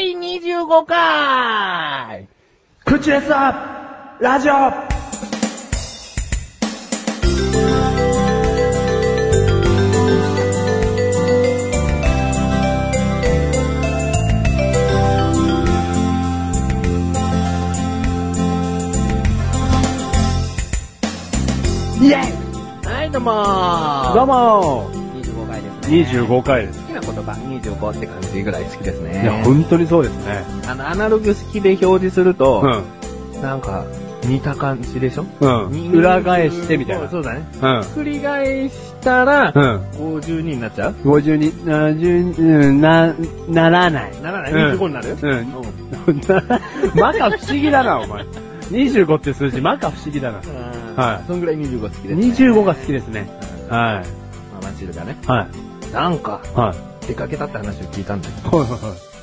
25回口レスアップラジオイェイはい、どうもー。どうも25回ですね。 25回です。好きな言葉、25って感じぐらい好きですね。いや、本当にそうですね。あの、アナログ式で表示すると、うん。なんか、似た感じでしょうん。裏返してみたいな。そうそうだね。うん。繰り返したら、うん。 52になっちゃう52、70、うん、な、ならない。ならないうん ?25 になるうん。 まか不思議だな、お前。25って数字、まか不思議だな。は。はいそんぐらい25好きです、ね。 25が好きですね。うんまはあ、マチルがね。い。はい。なんか、はい。出かけたって話を聞いたんだけど、はいは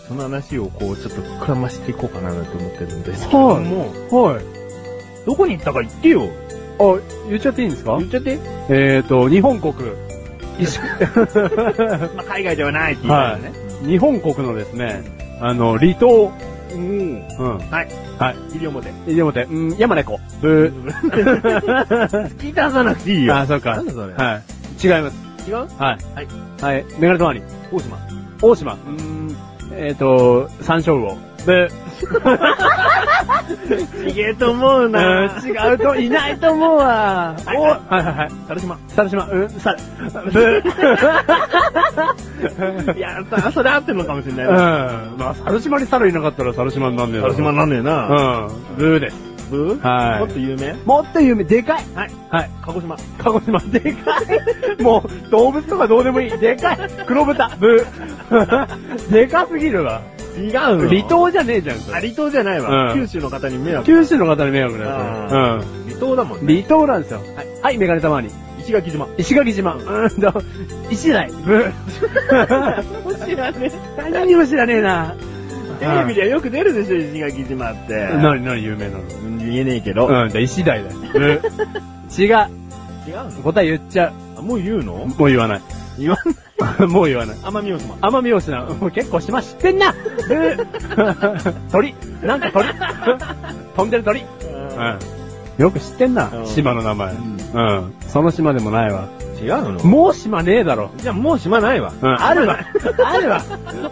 その話をこう、ちょっと膨らましていこうかななんて思ってるんですけどはいも、いはい。はい。どこに行ったか言ってよ。あ、言っちゃっていいんですか言っちゃって。えーと、日本国。石まあ、海外ではないって言ったらね。日本国のですね、あの、離島。うん。うん。はい。はい。西表。えでもね、うん、山猫。ブ突き出さなくていいー。よ。あ、そうか。なんだそれはい。違います。違うはい。はい。はい。メガネ止まり。大島。大島。うーん。えっ、ー、と、山椒魚。で、ちげえと思ううーん違うと、いないと思うわ。はいお はいはいはい。猿島。猿島、うん、猿。ブー。いや、さそれ合ってるのかもしれう。なんいな。まあ、猿島に猿いなかったら猿島になんねえだろ猿島なんねえな。うん。ブーです。ブはいもっと有名もっと有名、でかい。はい。はい。鹿児島。鹿児島、でかい。もう、動物とかどうでもいい。でかい。黒豚、ブー。 でかすぎるわ。違う離島じゃねえじゃん、そあ、れ。離島じゃないわ。うん九州の方に迷惑。九州の方に迷惑だよ、それうん。離島だもんね。離島なんですよ。ははいい。メガネたまに。石垣島。石垣島。うーんと、石台。ブーもしらね。何にも知らねえな。テレビではよく出るでしょ、石垣島って。なになに有名なのうん言えねえけど。うん、じゃあ石台だよ。違違うう。答え言っちゃのもう言うう。のもう言わない。言わん。 もう言わない。奄美大島。奄美大島、もう結構島知ってん な。ブー鳥。なんか鳥。飛んでる鳥。うん。よく知ってんうな、ん島の名前。うん。その島でもないわ。違うのもう島ねえだろ。じゃあもう島ないわ。うん、あるわ。あるわ。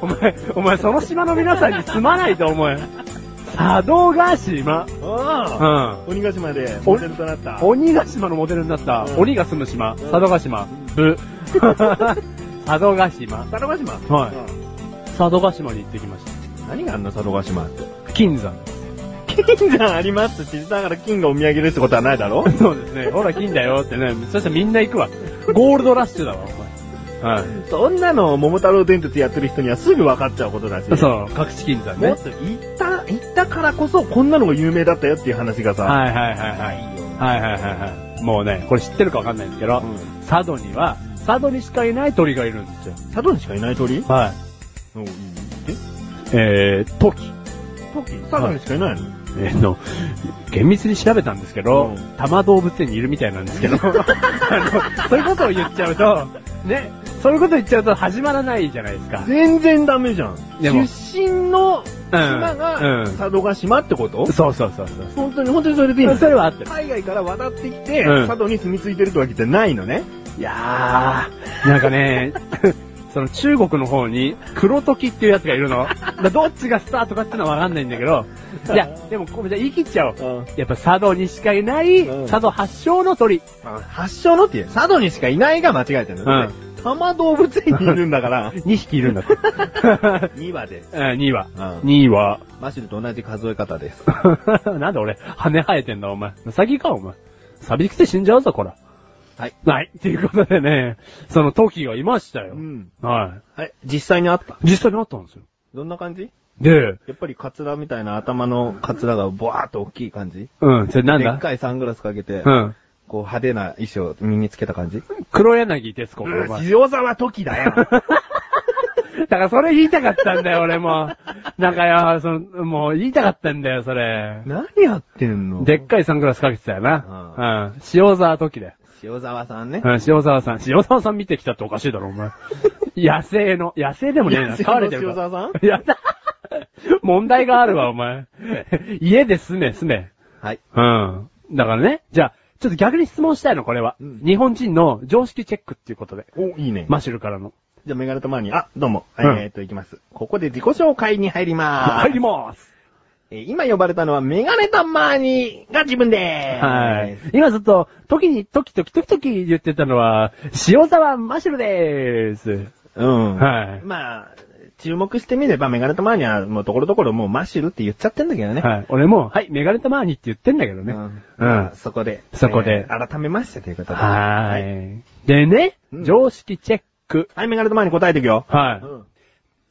お前、お前、その島の皆さんにすまないと思え。佐渡島。うああ。ん。鬼ヶ島でモデルとなった。鬼ヶ島のモデルになった、うん鬼が住む島、佐渡島、ぶ。 佐佐渡島。渡島はいい。佐渡島に行ってきまし何があんな佐渡島って。た。金山。金じゃんありますってだから金がお土産ですってことはないだろそうですね。ほら、金だよってね。そしたらみんな行くわ。ゴールドラッシュだわ、お前。はい。そんなの桃太郎電鉄やってる人にはすぐ分かっちゃうことだし。そう、隠し金山もねっ。と行った、行ったからこそこんなのが有名だったよっていう話がさ。はいはいはいはい。はいはいはいはい。もうね、これ知ってるかわかんないんですけど、うん佐渡には、佐渡にしかいない鳥がいるんですよ。佐渡にしかいない鳥はい。うん。ええー、トキ。トキ佐渡にしかいないのえーの、厳密に調べたんですけど、うん多摩動物園にいるみたいな んですけど、あの、そういうことを言っちゃうと、ね、そういうこと言っちゃうと始まらないじゃないですか。 全然ダメじゃん。でも出身の島うんがうん佐渡島ってことそうそうそうそう。本当に、本当にそれでいいのそれはあってる。海外から渡ってきて、うん佐渡に住み着いてるってわけじゃないのね。いやー、なんかね、 その中国の方に黒時っていうやつがいる の。だからどっちがスタートかっていうのはわかんないんだけど、いや、でもこれじゃあ言い切っちゃおう。やっぱ佐渡にしかいない、うん佐渡発祥の鳥。あ発祥のっていう、佐渡にしかいないが間違えてるのね。多摩動物園にいるんだ から、 2匹いるんだって。 2話です。 2は。うん2は。マシルと同じ数え方です。 なんで俺、羽生えてんだ、お前。ウサギか、お前。寂しくて死んじゃうぞ、こら。はい。はい。ということでね、そのトキがいましたよ。ん。ははい、実際にあった。い。実際にあったんですよ。どんな感じで、やっぱりカツラみたいな頭のカツラがボワーっと大きい感じうん、それなんでっだかいサングラスかけて、うん。こう派手な衣装身につけた感じ黒柳徹子、お前。だ上沢時だ よ。からそれ言いたかったんだよ、俺も。なんかよ、その、もう言いたかったんだよ、それ。何やってんのでっかいサングラスかけてたよな。うん。塩沢時だよ。塩沢さんねう。ん、塩沢さん。塩沢さん見てきたってお かしいだろ、お前。野生の、野生でもねえな。野生の飼われてるから。塩沢さいや、 問題があるわ、お前。 家で住め、住め。はい。うん。だからね、じゃあ、ちょっと逆に質問したいの、これは。うん日本人の常識チェックっていうことで。お、いいね。マシュルからの。じゃあ、メガネとマーニー、あ、どうも。うんえーっと、いきます。ここで自己紹介に入りまーす。入ります。えー今呼ばれたのはメガネとマーニーが自分でーす。はい。。今ずっと、時に、時々、時々言ってたのは、塩沢マシュルでーす。うん。はいまあ、注目してみれば、メガネとマーニーはもうところどころもうマッシュルって言っちゃってんだけどね。はい。俺も、はい、メガネたまーにって言ってんだけどね。うんうん。そこで。そこでえー改めましてということで。ははい。ーい。でね、うん常識チェック。はい、メガネとマーニー答えていくよ。はい。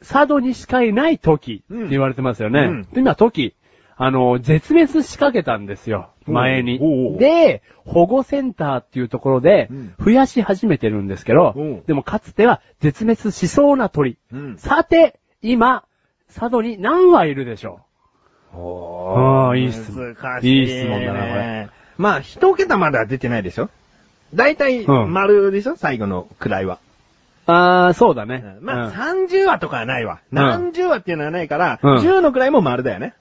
佐渡にしかいない時って言われてますよね。うんで今時、あの、絶滅しかけたんですよ。おう前おうおに。うで、保護センターっていうところでうん、増やし始めてるんですけど、おうでもかつては絶滅しそうな鳥。うんさて、今、佐渡に何羽いるでしょおあーいい質問難しい、ね。いい質問だなこれ。まあ、一桁までは出てないでしょだいたい、うん丸でしょ、最後の位は。うあー、そうだね。まあ、うん30話とかはないわ。うん何十話っていうのはないから、うん10の位も丸だよね。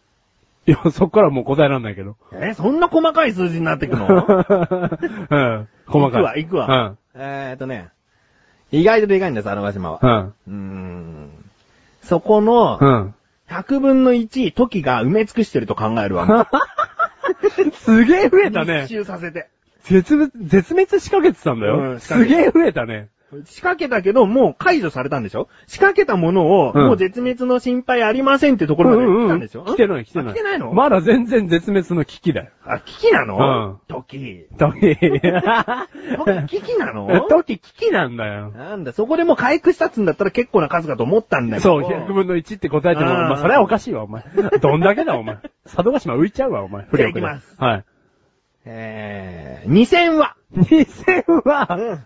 いや、そっからもう答えらんない けど。え、そんな細かい数字になってくのうん。細かい。いくわ、いくわ。 えーっとね、意外とでかいんです、あの場島は。うん。うん。うーん。そこのう、ん。 100分の1、時が埋め尽くしてると考えるわ。もう すげえ増えたね一。周させて。絶滅、絶滅仕掛けてたんだよ。うん仕す掛けげえ増えたね。仕掛けたけど、もう解除されたんでしょ仕掛けたものを、うんもう絶滅の心配ありませんってところまで来たんでしょ、来てない、来てなあい。来てないの、まだ全然絶滅の危機だよ。あ、危機なうんの時。トキ。 時危機なのトキ危機なんだよ。なんだ、そこでもう回復したっつんだったら結構な数かと思ったんだよ。そう、100分の1って答えても、うんまあ、それはおかしいわ、お前。どんだけだ、お 前。佐渡島浮いちゃうわ、お前。不力で。じゃあ行きますはい。えー、2000は2000は、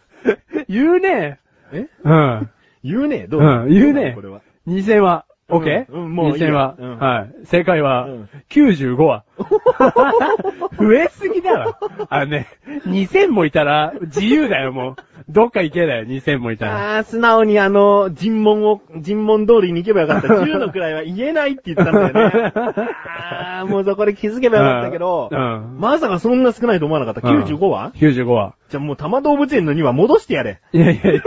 言うね。えうん。言うねどう、うん、言うねこれは。。 2000は、うん OK? うんもういいよ2000は、うんはい。正解は、うん95は。 増えすぎだわ。あのね、2000もいたら自由だよ、もう。どっか行けだよ、2000もいたら。あー、素直にあの、尋問を、尋問通りに行けばよかった。10のく らいは言えないって言ったんだよね。あー、もうそこで気づけばよかったけど、うんうんまさかそんな少ないと思わなかった。うん95は、 95は。じゃあもう多摩動物園の2は戻してやれ。いやいやいや、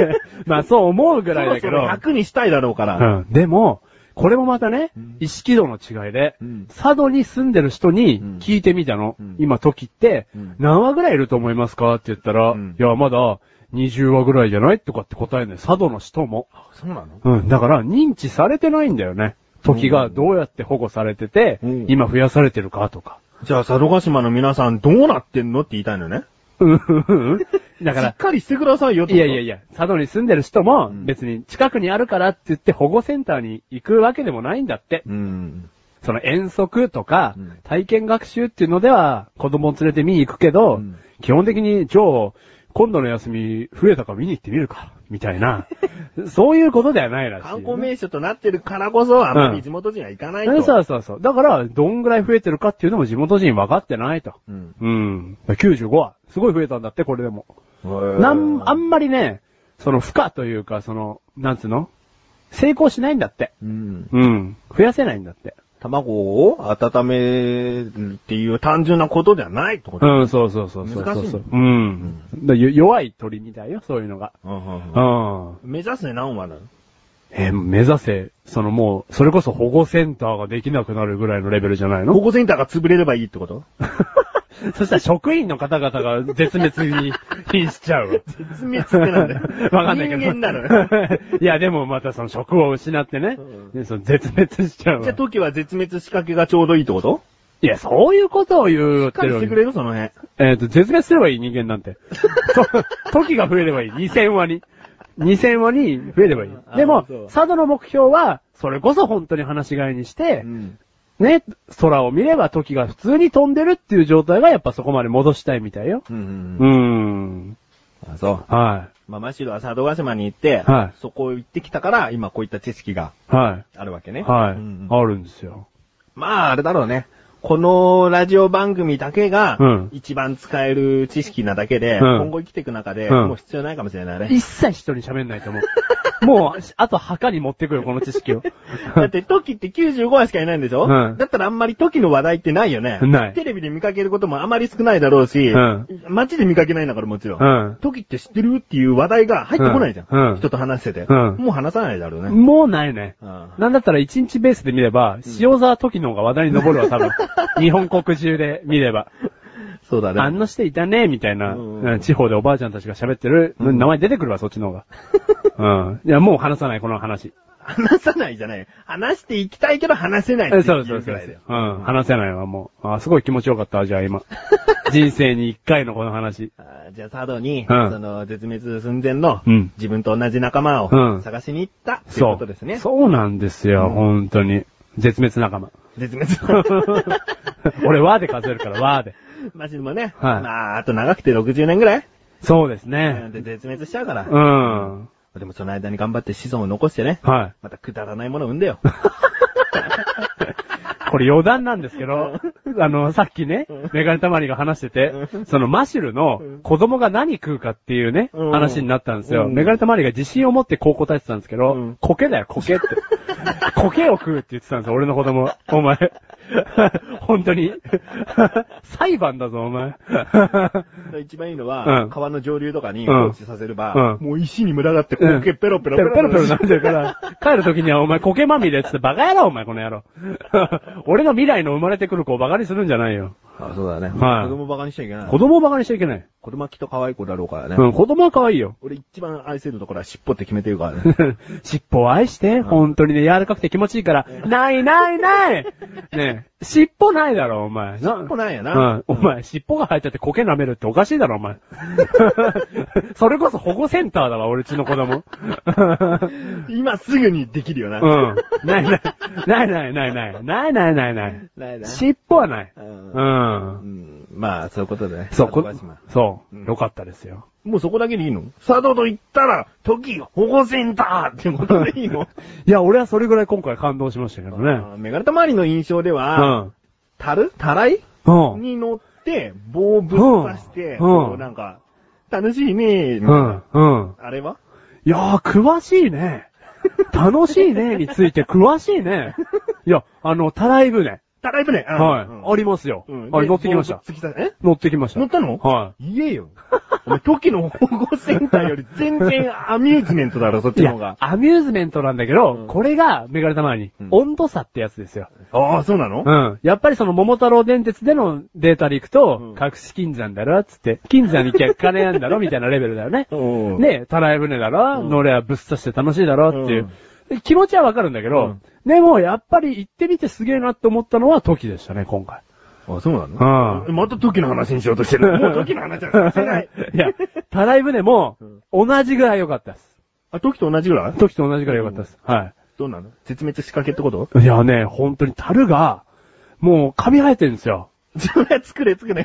まあそう思うぐらいだけそろど。そろ100にしたいだろうから。うん。でも、これもまたねうん、意識度の違いで、うん佐渡に住んでる人に聞いてみたの。うん今、時ってうん、何話ぐらいいると思いますかって言ったら、うんいや、まだ20話ぐらいじゃないとかって答えね、佐渡の人も。そうなのうん。だから、認知されてないんだよね。時がどうやって保護されててうん、今増やされてるかとか。じゃあ、佐渡島の皆さんどうなってんのって言いたいのね。うん、うん、うん。だかし らっ、かりしてくださいよっていことやいやいや、佐渡に住んでる人もうん別に近くにあるからって言って保護センターに行くわけでもないんだって。うん。その遠足とかうん、体験学習っていうのでは、子供を連れて見に行くけど、うん基本的に、今日、今度の休み、増えたから見に行ってみるか、みたい な、そういうことではないらしいよ観ね、光名所となってるからこそ、あんまり地元人は行かないと。うんそうそうそう。だから、どんぐらい増えてるかっていうのも地元人分かってないと。うん。うん。95は、すごい増えたんだって、これでも。なな、んあんまりね、その負荷というか、その、なんつうの成功しないんだって。うん。うん。増やせないんだって。卵を温めるっていう単純なことではないってこと。うん、そうそうそうそうそう。難しいねうん。だよ弱い鳥みたいよ、そういうのが。うんうんううんん。目指すね、何話なのえー目指せ、そのもう、それこそ保護センターができなくなるぐらいのレベルじゃない保の護センターが潰れればいいってことそしたら職員の方々が絶滅に 瀕しちゃうわ。。絶滅ってなんだよわかんないけど。人間なのよ。 いや、でもまたその職を失ってねうん、ねその絶滅しちゃうわ。じゃあ、時は絶滅仕掛けがちょうどいいってこといや、そういうことを言うっしっかてりるしわけてくれるその辺。えっ、と、絶滅すればいい人間なんて。と時が増えればいい。2000話に。2000話に増えればいい。あでもそう、佐渡の目標は、それこそ本当に放し飼いにして、ん。ね、空を見れば時が普通に飛んでるっていう状態がやっぱそこまで戻したいみたいよ。うんうんうーん。うん。あ、そう。はまあ、マシルは佐渡島に行って、はいそこ行ってきたから、今こういった知識がい。はあるわけい。ね。はい。うんうんあるんですよ。まあ、あれだろうね。このラジオ番組だけがうん、一番使える知識なだけで、うん今後生きていく中で、うんもう必要ないかもしれないね。一切人に喋んないと思う。もう、あと墓に持ってくよ、この知 識を。 だって、トキって95話しかいないんでしょうんだったらあんまりトキの話題ってないよね。ないテレビで見かけることもあまり少ないだろうし、うん街で見かけないんだからもちろん。うん。トキって知ってるっていう話題が入ってこないじゃん。うんうん人と話してて、うんもう話さないだろうね。もうないね。うんなんだったら1日ベースで見れば、塩沢時の方が話題に上るわ、多 分。日本国中で見れば。そうだね。あんなしていたね、みたいな、うんうんうん地方でおばあちゃんたちが喋ってる、名前出てくるわ、そっちの 方が。うん。いや、もう話さない、この話。話さないじゃない。話していきたいけど話せないっていえうそうそうぐそらいだうよ。。うん。話せないわ、もう。あ、すごい気持ちよかったわ、じゃあ 今。人生に一回のこの話。あーじゃあ、佐渡に、うんその、絶滅寸前の、うん自分と同じ仲間うをん探しに行ったっていうそことですね。そうなんですよ、本当に。絶滅仲 間。絶滅。俺、和で数えるから、和で。マジでもね、はいまあ、あと長くて60年ぐらい、そうですうんね。で絶滅しちゃうから。うん。でもその間に頑張って子孫を残してね、はい。またくだらないものを産ん でよ。これ余談なんですけど、あの、さっきね、メガネたまりが話してて、そのマシュルの子供が何食うかっていうね、うん話になったんですうよ。んメガネたまりが自信を持ってこう答えてたんですけうどん、苔だよ、苔って。苔を食うって言ってたんですよ、俺の子供。お前。 本当に。 裁判だぞ、お前。一番いいのは、うん川の上流とかにうん放置させれば、うもう石に群がって、うん苔ペロペロペロペロペロななんでるから、帰る時にはお前苔まみれってってバカ野郎、お前、この野郎。 俺の未来の生まれてくる子をバカにするんじゃないよ。 あ、そうだね。はい子供バカにしちゃいけない。子供をバカにしちゃいけない。子供はきっと可愛い子だろうからね。うん、子供は可愛 いよ。俺一番愛せるところは尻尾って決めてるからね。尻尾を愛して、本当にね、柔らかくて気持ちいいから、ないない ないねえ、尻尾ないだろ、お前。尻尻尾ないような。ん、お前、尻尾が生えちゃって苔舐めるっておかしいだろ、お前。それこそ保護センターだわ、俺うちの 子供。今すぐにできるよな。うん。ないない、ないないないない、ないないないない。ないな。尻尾はない。ううん。うんんまあ、そういうことでね。そう、こ佐渡島そううん、よかったですよ。もうそこだけでいいの佐渡と行ったら、時保護センターってことでいい のいや、俺はそれぐらい今回感動しましたけどね。あーメガネタ周りの印象でうは、ん。樽たらいうん。に乗って、棒ぶっ刺して、うんこううんなんか、楽しいねみたいうんな、うん。あれはいやー、詳しいね。楽しい ねについて詳しいね。いや、あの、たらい船。たらい船はい。あれ、りますよ。うんあれ乗ってきまし。でた棒。ぶっ刺さえ乗ってきました。乗ったのは言えよ。 お前、時の保護センターより全然アミューズメントだろ、そっい。ちいの方が、。やアミューズメントなんだけうんど、これが、メガネたまにうん、温度差ってやつですよ。ああ、そうなのうん。やっぱりその桃太郎電鉄でのデータで行くうんと、隠し金山だろ、つって。金山に行きゃ金なんだろ、みたいなレベルだよね。おうね、たらい船だろ、うん乗ればぶっ刺して楽しいだろっていう。気持ちはわかるんだけど、でもやっぱり行ってみてすげえなって思ったのは時でしたね、今回。あ、そうなのん。また時の話にしようとしてる。もう時の話はしてない。 いや、たらい船もうん、同じぐらい良かったです。あ、時と同じぐらい時と同じぐらい良かったです。はどうなの絶滅仕掛けってことい。いやね、本当に樽が、もう、カビ生えてるんですよ。じゃあ、作れ 作れ。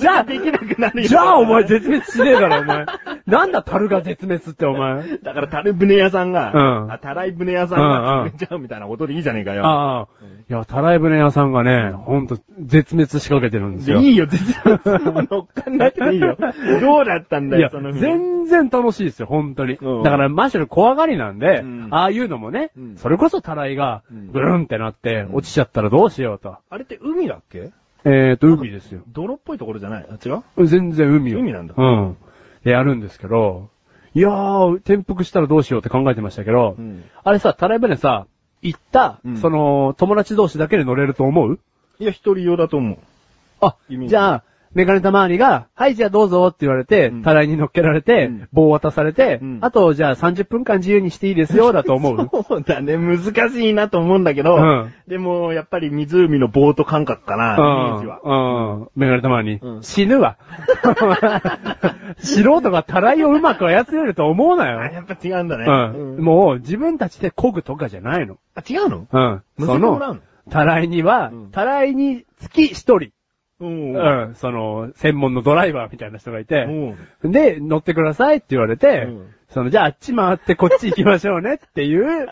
じゃあそれできなくなるよじゃあ、お前、絶滅しねえだろ、お 前。なんだ、樽が絶滅って、お前。だから、たる船屋さんが、うんあ、たらい船屋さんが作れちゃうみたいなことでいいじゃねえかよ。ああ。いや、たらい船屋さんがね、ほんと、絶滅しかけてるんですでよ。いいよ、絶 滅乗っかんなくていいよ。どうだったんだいやよ、その、船。全然楽しいですよ、本当に。うんだから、マシュル怖がりなんで、うんああいうのもね、うんそれこそたらいが、うんブルンってなって、落ちちゃったらどうしようと。あれって海だっけえーと、海ですよ。泥っぽいところじゃないあ違う全然海よ。海なんだうん。で、やるんですけど、いやー、転覆したらどうしようって考えてましたけど、うんあれさ、たらい船さ、行った、うんその、友達同士だけで乗れると思ういや、一人用だと 思う。あ、意味じゃあ、メガネたまわりが、はい、じゃあどうぞって言われてうん、たらいに乗っけられてうん、棒渡されてうん、あと、じゃあ30分間自由にしていいですよ、だと思う そうだね、難しいなと思うんだけど、うんでも、やっぱり湖のボート感覚かな、うイメージは。ん。うん。メガネたまわりうんに。死 ぬわ。素人がたらいをうまく操れると思うなあ、よ。やっぱ違うんだね。うん。もう、もう、自分たちで漕ぐとかじゃないの。あ、違うのうん。乗せそてもらうのの、たらいにはうん、たらいにつき一人。うんうん。その、専門のドライバーみたいな人がいて、うんで、乗ってくださいって言われて、うん その、じゃああっち回ってこっち行きましょうねっていう、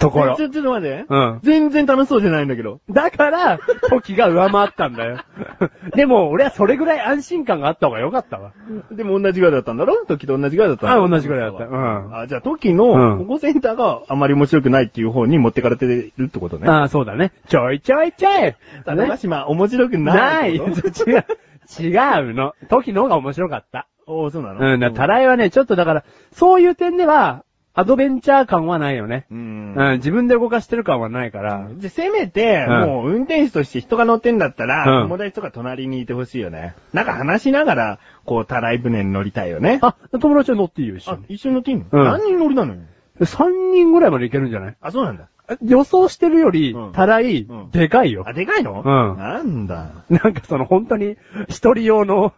ところち。ょ、ちょっと待って。うん。全然楽しそうじゃないんだけど。だから、ポキが上回ったんだよ。 でも、俺はそれぐらい安心感があった方が良かったわ。でも同じぐらいだったんだろ時と同じぐらいだったんだろあ同じぐらいだったうんあ、じゃあ時うんの、保護センターがあまり面白くないっていう方に持ってかれてるってことね。ああ、そうだね。ちょいちょいちょい種子島、面白くなないい。違う。 違うの。時の方が面白かった。 おおそうなのうん、だからたらいはね、ちょっとだから、そういう点では、アドベンチャー感はないよね。うん。うん、自分で動かしてる感はないから。じゃ、せめて、うんもう運転手として人が乗ってんだったうら、ん友達とか隣にいてほしいよね。なんか話しながら、こう、たらい船に乗りたいよね。あ、友達は乗っていいよ、一緒あに。一緒に乗っていいの、うん何人乗りなのよ。 3人ぐらいまでいけるんじゃないあ、そうなんだ。予想してるよりうん、たらいうん、でかいよあ、。でかいのうんなんだ。なんかその本当に、一人用 の、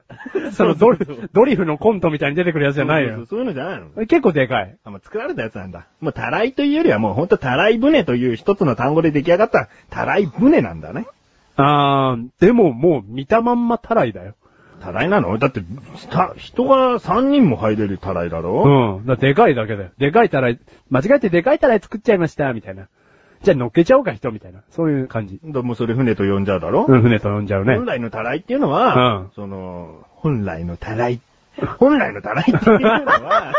そのドリそうそうドリフのコントみたいに出てくるやつじゃないそうそうよ。そういうのじゃないの結構でかい。あ、もう作られたやつなんだ。もう、たらいというよりはもうほんと、たらい船という一つの単語で出来上がった、たらい船なんだね。あー、でももう見たまんまたらいだよ。たらいなのだって、た、人が3人も入れるたらいだろ、うん。だからでかいだけだよ。でかいたらい、間違えてでかいたらい作っちゃいました、みたいな。じゃあ乗っけちゃおうか、人、みたいな。そういう感じ。うもうそれ船と呼んじゃうだろ、うん、船と呼んじゃうね本。来のたらいっていうのは、うんその、本来のたらい。本来のたらいっていうの は、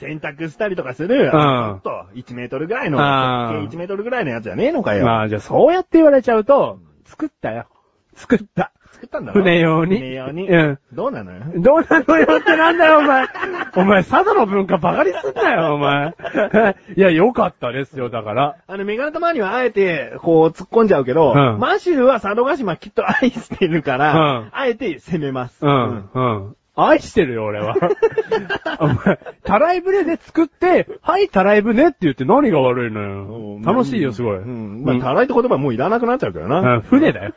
洗濯したりとかする、うんちょっと1メートルぐらいの、あー直径1メートルぐらいのやつじゃねえのかよ。まあ、じゃあそうやって言われちゃうと、作ったよ。作った。作ったんだろ船用に。船用に。うん。どうなのよ。どうなのよってなんだよ、お前。お前、佐渡の文化ばかりすんなよ、お前。いや、良かったですよ、だから。あの、メガネたまにはあえて、こう、突っ込んじゃうけど、うんマシュルは佐渡島きっと愛してるから、うんあえて攻めます。うん、うん。愛してるよ、俺 は。お前、たらい船で作って、はい、たらい船って言って何が悪いのよ。楽しいよ、すごい。うん。まあ、たらいって言葉もういらなくなっちゃうからうな。ん 船だよ。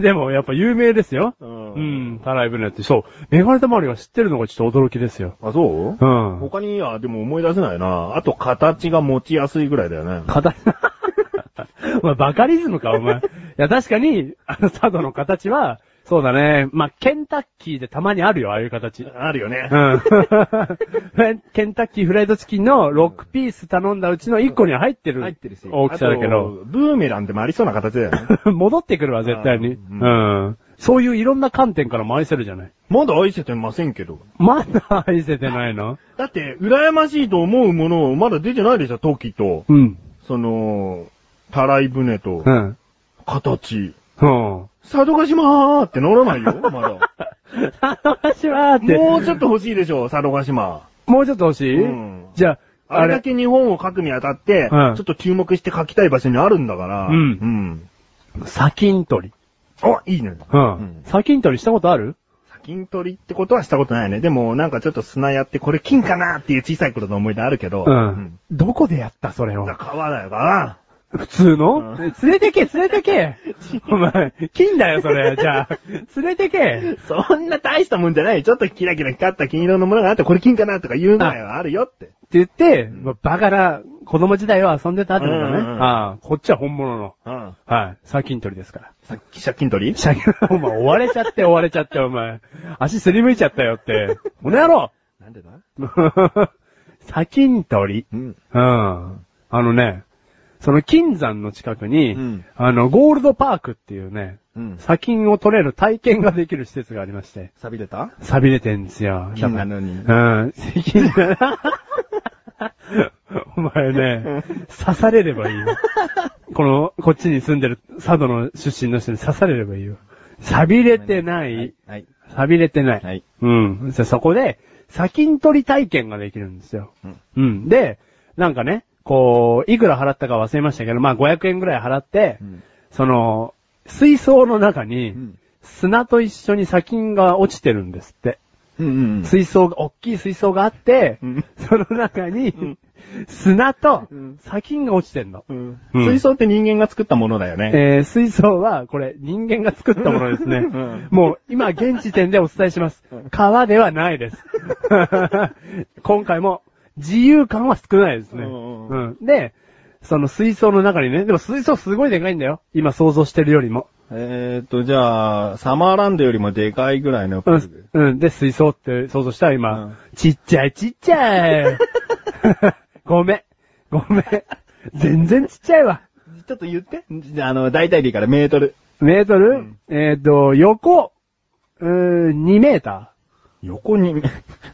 でも、やっぱ有名ですよ。うう。ん、たらい船って、そう。メガネたまわりが知ってるのがちょっと驚きですよ。あ、そううん。他には、でも思い出せないな。あと、形が持ちやすいぐらいだよね。形、 お前バカリズムか、お前。いや、確かに、あの、佐渡の形は、そうだね。まあ、ケンタッキーでたまにあるよ、ああいう形。あるよねう。ん。 ケンタッキーフライドチキンの6ピース頼んだうちの1個には入ってる。入ってるし。大きさだけど。あと。ブーメランでもありそうな形だよ ね。戻ってくるわ、絶対に。ううん。そういういろんな観点からも愛せるじゃない。まだ愛せてませんけど。まだ愛せてないのだって、羨ましいと思うものをまだ出てないでしょ、トキと。うん。その、たらい船と う、ん。形。うん。佐渡島ーって乗らない よ、まだ。私はって。もうちょっと欲しいでしょ、佐渡島。もうちょっと欲しい、うんじゃあ、ああれだれ、け日本を書くにあたって、うんちょっと注目して書きたい場所にあるんだから。うん砂金取り。うん。お、いいね。うん。砂金取りしたことある砂金取りってことはしたことないね。でも、なんかちょっと砂やって、これ金かなっていう小さい頃の思い出あるけど。うん。どこでやった、それうん。だを。川だよな。普通の、うん連れてけ、連れてけ。 お前、金だよ、それ。じゃあ、連れてけ。そんな大したもんじゃない。ちょっとキラキラ光った金色のものがあって、これ金かなとか言うぐらいはあるよって。って言って、まあバカな子供時代は遊んでたってことだね。うんうんうんああ、こっちは本物の。うん。はい。砂金取りですから。さっき借金取り砂金、 お前追われちゃって追われちゃって、お前。足すりむいちゃったよ って。この野郎 なんでだ砂金取り。うん。うん。あのね、その金山の近くに、うんあの、ゴールドパークっていうね、うん。砂金を取れる体験ができる施設がありまして、錆びれた錆びれてんですよ。金なのにうん。 金がお前ね、刺されればいいよ。この、こっちに住んでる佐渡の出身の人に刺されればいいよ。錆びれてない。はい。錆びれてない。はいうん。じゃあそこで、砂金取り体験ができるんですよ。うん。うん。で、なんかね、こう、いくら払ったか忘れましたけど、まあ500円ぐらい払って、うんその、水槽の中にうん、砂と一緒に砂金が落ちてるんですって。うん水槽が、大きい水槽があって、うんその中に、砂とうん砂金が落ちてんの。うん。うん水槽って人間が作ったものだよね。えー、水槽は、これ、人間が作ったものですね。うんもう、今、現時点でお伝えします。川ではな いです。今回も、自由感は少ないですね。うんうんうんで、その水槽の中にね、でも水槽すごいでかいんだよ。今想像してるよりも。えーっと、じゃあ、サマーランドよりもでかいぐらいのプうールん。。うん。で、水槽って想像したら今、うん ちっちゃいちっちゃい。ごめん。ごめん。全然ちっちゃいわ。ちょっと言って。あの、大体でいいから、メートル。メートル、うんえっ、と、横、うーん、2メータ横に、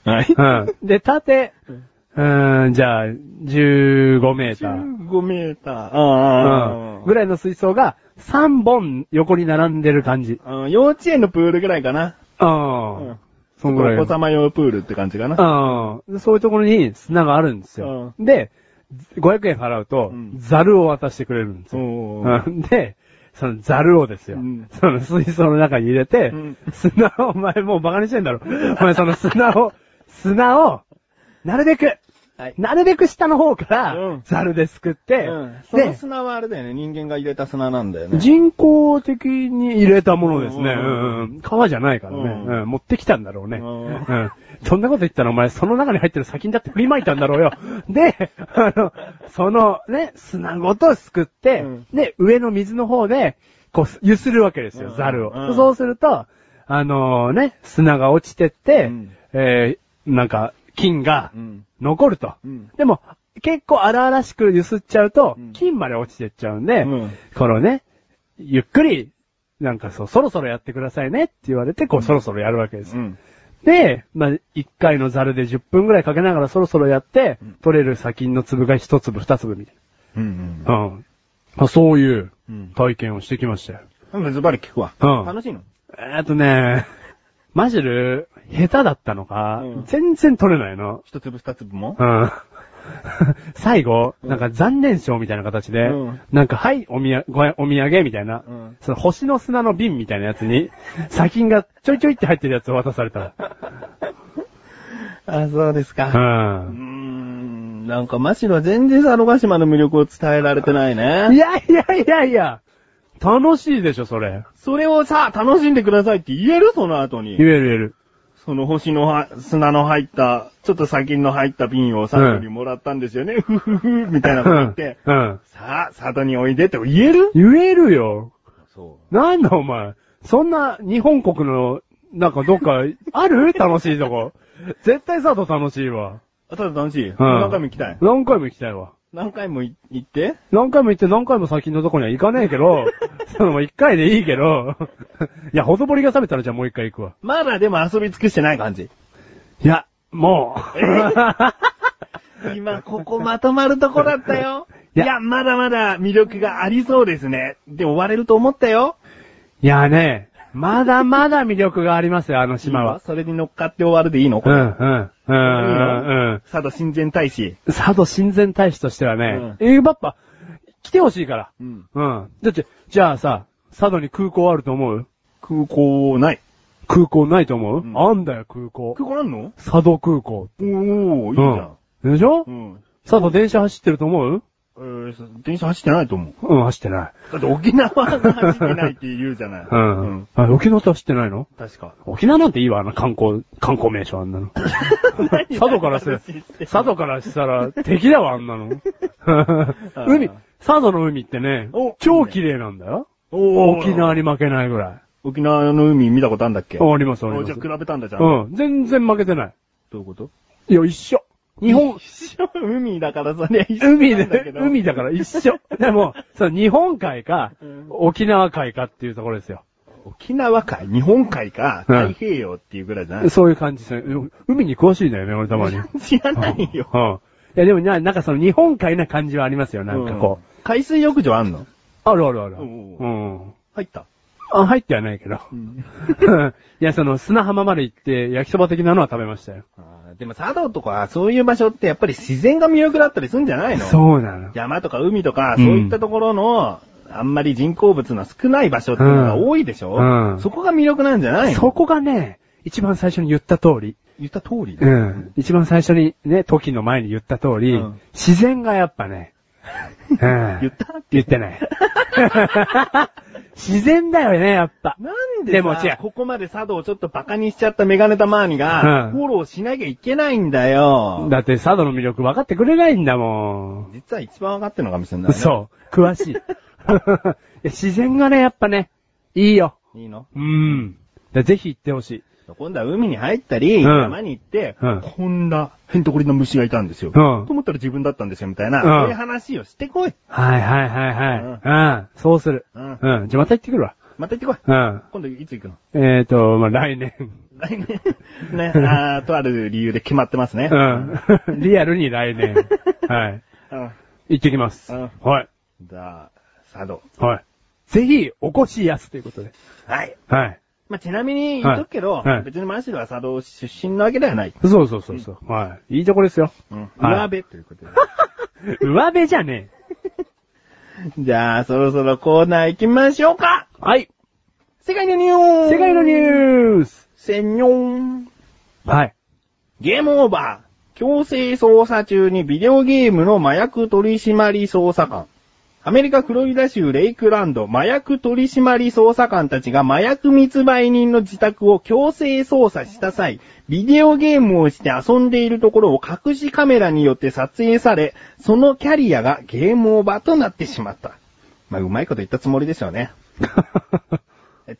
はいー。うん。で、縦、うーん、じゃあ、15メーター。 15メーター。うあん。ーぐらいの水槽が3本横に並んでる感じ。あー幼稚園のプールぐらいかな。ああ、うんそんぐらいお子。様用プールって感じかな。ああ、そういうところに砂があるんですよ。で、500円払うとうん、ザルを渡してくれるんですよ。おーうんで、そのザルをですよ。うんその水槽の中に入れて、うん砂を、お前もうバカにしてんだろ。お前その砂 を、砂を、なるべく、はいなるべく下の方から、うんザルですくって、うんそので、砂はあれだよね。人間が入れた砂なんだよね。人工的に入れたものですね。ううんんうん川じゃないからね、うんうん持ってきたんだろうね。うんうんそんなこと言ったらお前、その中に入ってる先にだって振りまいたん だろうよ。で、あの、そのね、砂ごとすくって、うんで、上の水の方で、こう、ゆするわけですよ、うんザルを、うんそうすると、あのね、砂が落ちてって、うんえー、なんか、菌がうん。残ると。うん。でも、結構荒々しく揺すっちゃうとうん、金まで落ちてっちゃうんで、うんこのね、ゆっくり、なんかそう、そろそろやってくださいねって言われて、こう、そろそろやるわけです。うん。で、まあ、1回のザルで10分くらいかけながらそろそろやって、うん取れる砂金の粒が1粒、2粒みたいうん。な。うん。まあ、そういううん体験をしてきましたよ。なんかズバリ聞くわ。うん楽しいのえーっとね、マジル、下手だったのか、うん全然取れないの。一粒二粒もうん。 最後、うんなんか残念賞みたいな形で、うんなんかはい、おみや、ごお土産みたいな、うんその星の砂の瓶みたいなやつ に、砂金がちょいちょいって入ってるやつを渡された。あ、そうですうか。うーん。ん。なんか、マシロは全然佐渡島の魅力を伝えられてないいね。やいやいやいや、楽しいでしょ、それ。それをさ、楽しんでくださいって言えるその後言えに。る言える。その星のは砂の入った、ちょっと砂金の入った瓶を佐渡にもらったんですよね。ふふふ、みたいなこと言って。うん。うんさあ、佐渡においでって言える言えるよ。そなんだお前。そんな日本国の、なんかどっか、ある楽しいとこ。絶対佐藤楽しいわ。う。ただ楽しい。うん何回も行きたい。何回も行きたいわ。何回もい行って何回も行って何回も先のとこには行かねえけ ど、その一回でいいけど、いや、ほとぼりが冷めたらじゃあもう一回行くわ。まだでも遊び尽くしてない感じ。いや、も今、ここまとまるとこだったよ。 いいややまだまだ魅力がありそうですね。で、終われると思ったよ。う。 いやね、まだまだ魅力がありますよ、あの島いいのは。それに乗っかって終わるでいいのうん、うん、ういいん、のうん。佐渡親善大使。佐渡親善大使としてはね、うえ、ばっぱ、来てほしいから。うん。うん。だって、じゃあさ、佐渡に空港あると思う空港ない。空港ないと思う、うんあんだよ、空港。空港あんの佐渡空港。おー、いいじゃん。うん。でしょ、うん。佐渡電車走ってると思うえー、電車走ってないと思う。うん、走ってない。だって沖縄が走ってないって言うじゃない。うん。あ、沖縄って走ってないの確か。沖縄なんていいわ、あの観光、観光名所あん なの。佐渡からする何してん、の佐渡からしたら敵だわ、あんな の。海、佐渡の海ってねお、超綺麗なんだよ。おー沖縄に負けないぐらい。沖縄の海見たことあんだっけああります、ありおまじゃす。あ比べたんだじゃん。うん、全然負けてない。どういうこといや、一緒。日本、一緒、海だからそれ一緒海なんだけで、ど。海だから一緒。でも、その日本海かうん、沖縄海かっていうところですよ。沖縄海、日本海か、うん太平洋っていうぐらいじゃない、そういう感じですね。海に詳しいんだよね、俺 たまに。知らないよ。うん。いや、でもな、なんかその日本海な感じはありますよ、 なんかこう。うん海水浴場あんのあるあるある。おうおう。うん入った。あ、入ってはないけ ど。いや、その砂浜まで行って焼きそば的なのは食べましたよ。あーでも佐渡とか、そういう場所ってやっぱり自然が魅力だったりするんじゃないのそうなの。山とか海とか、うそうんいったところの、あんまり人工物の少ない場所っていうのが多いでしょ、うんそこが魅力なんじゃないのそこがね、一番最初に言った通り。言った通りだうよん。一番最初にね、時の前に言った通り、うん自然がやっ ぱね、うん。言った言っ てない。自然だよね、やっぱ。なんでさでも違うここまで佐渡をちょっとバカにしちゃったメガネタマーニうが、んフォローしなきゃいけないんだよ。だって佐渡の魅力分かってくれないんだもん。実は一番分かってるのかもしれない、ね。そう。詳 しい。いや自然がね、やっぱね、いいよ。う。いいのうん。だからぜひ行ってほしい。今度は海に入ったり、うん山に行って、うんこんなヘンテコリの虫がいたんですよ。うんと思ったら自分だったんですよ、みたいな。うんそういう話をしてこい。はいはいはいはい。ううんん。そうする。うんうん。じゃあまた行ってくるわ。また行ってこい。うん。今度いつ行くの えーと、まあ、来年。来年。ね、あーとある理由で決まってますね。 うん。リアルに来年。はい。うん。行ってきます。うんはい。じゃあ、佐渡。はい。ぜひ、お越しやすということで。はい。はい。まあ、ちなみに言っとくけど、はいはい別にマシルは佐渡出身なわけではない。そうそうそうそう、はい。いいとこですよ。うん。はい上辺ということで。 上辺じゃねえ。じゃあ、そろそろコーナー行きましょうかはい。世界のニュース世界のニースュースせんにょんはい。 ゲームオーバー強制捜査中にビデオゲームの麻薬取締捜査官。アメリカフロリダ州レイクランド麻薬取締捜査官たちが麻薬密売人の自宅を強制捜査した際、ビデオゲームをして遊んでいるところを隠しカメラによって撮影され、そのキャリアがゲームオーバーとなってしまった。まあ、うまいこと言ったつもりですよね。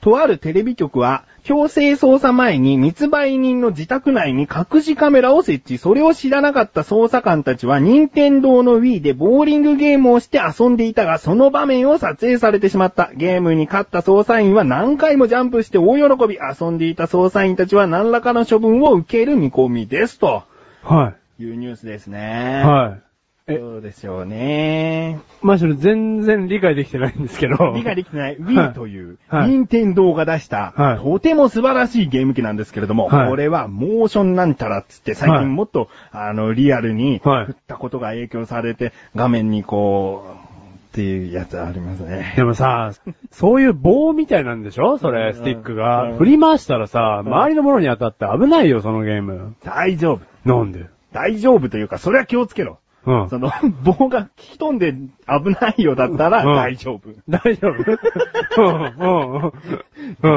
とあるテレビ局は、強制捜査前に密売人の自宅内に隠しカメラを設置。それを知らなかった捜査官たちは、任天堂の Wii でボーリングゲームをして遊んでいたが、その場面を撮影されてしまった。ゲームに勝った捜査員は何回もジャンプして大喜び。遊んでいた捜査員たちは何らかの処分を受ける見込みです。とはいうニュースですい。ね。はい。えそうでしょうね。マシュル全然理解できてないんですけど。理解できてないは Wii いという、はい任天堂が出した、はいとても素晴らしいゲーム機なんですけれども、はいこれはモーションなんたらっつって最はい近もっと、あの、リアルに、はい振ったことが影響されて、画面にこう、っていうやつありますね。でもさ、そういう棒みたいなんでしょそれ、スティッうクがん。振り回したらさ、ん周りのものに当たって危ないよ、そのゲーム。大丈夫。なんで大丈夫というか、それは気をつけろ。うん。その、 棒が吹き飛んで危ないようだったらうん大丈夫。大 丈夫うん、ぐうん、う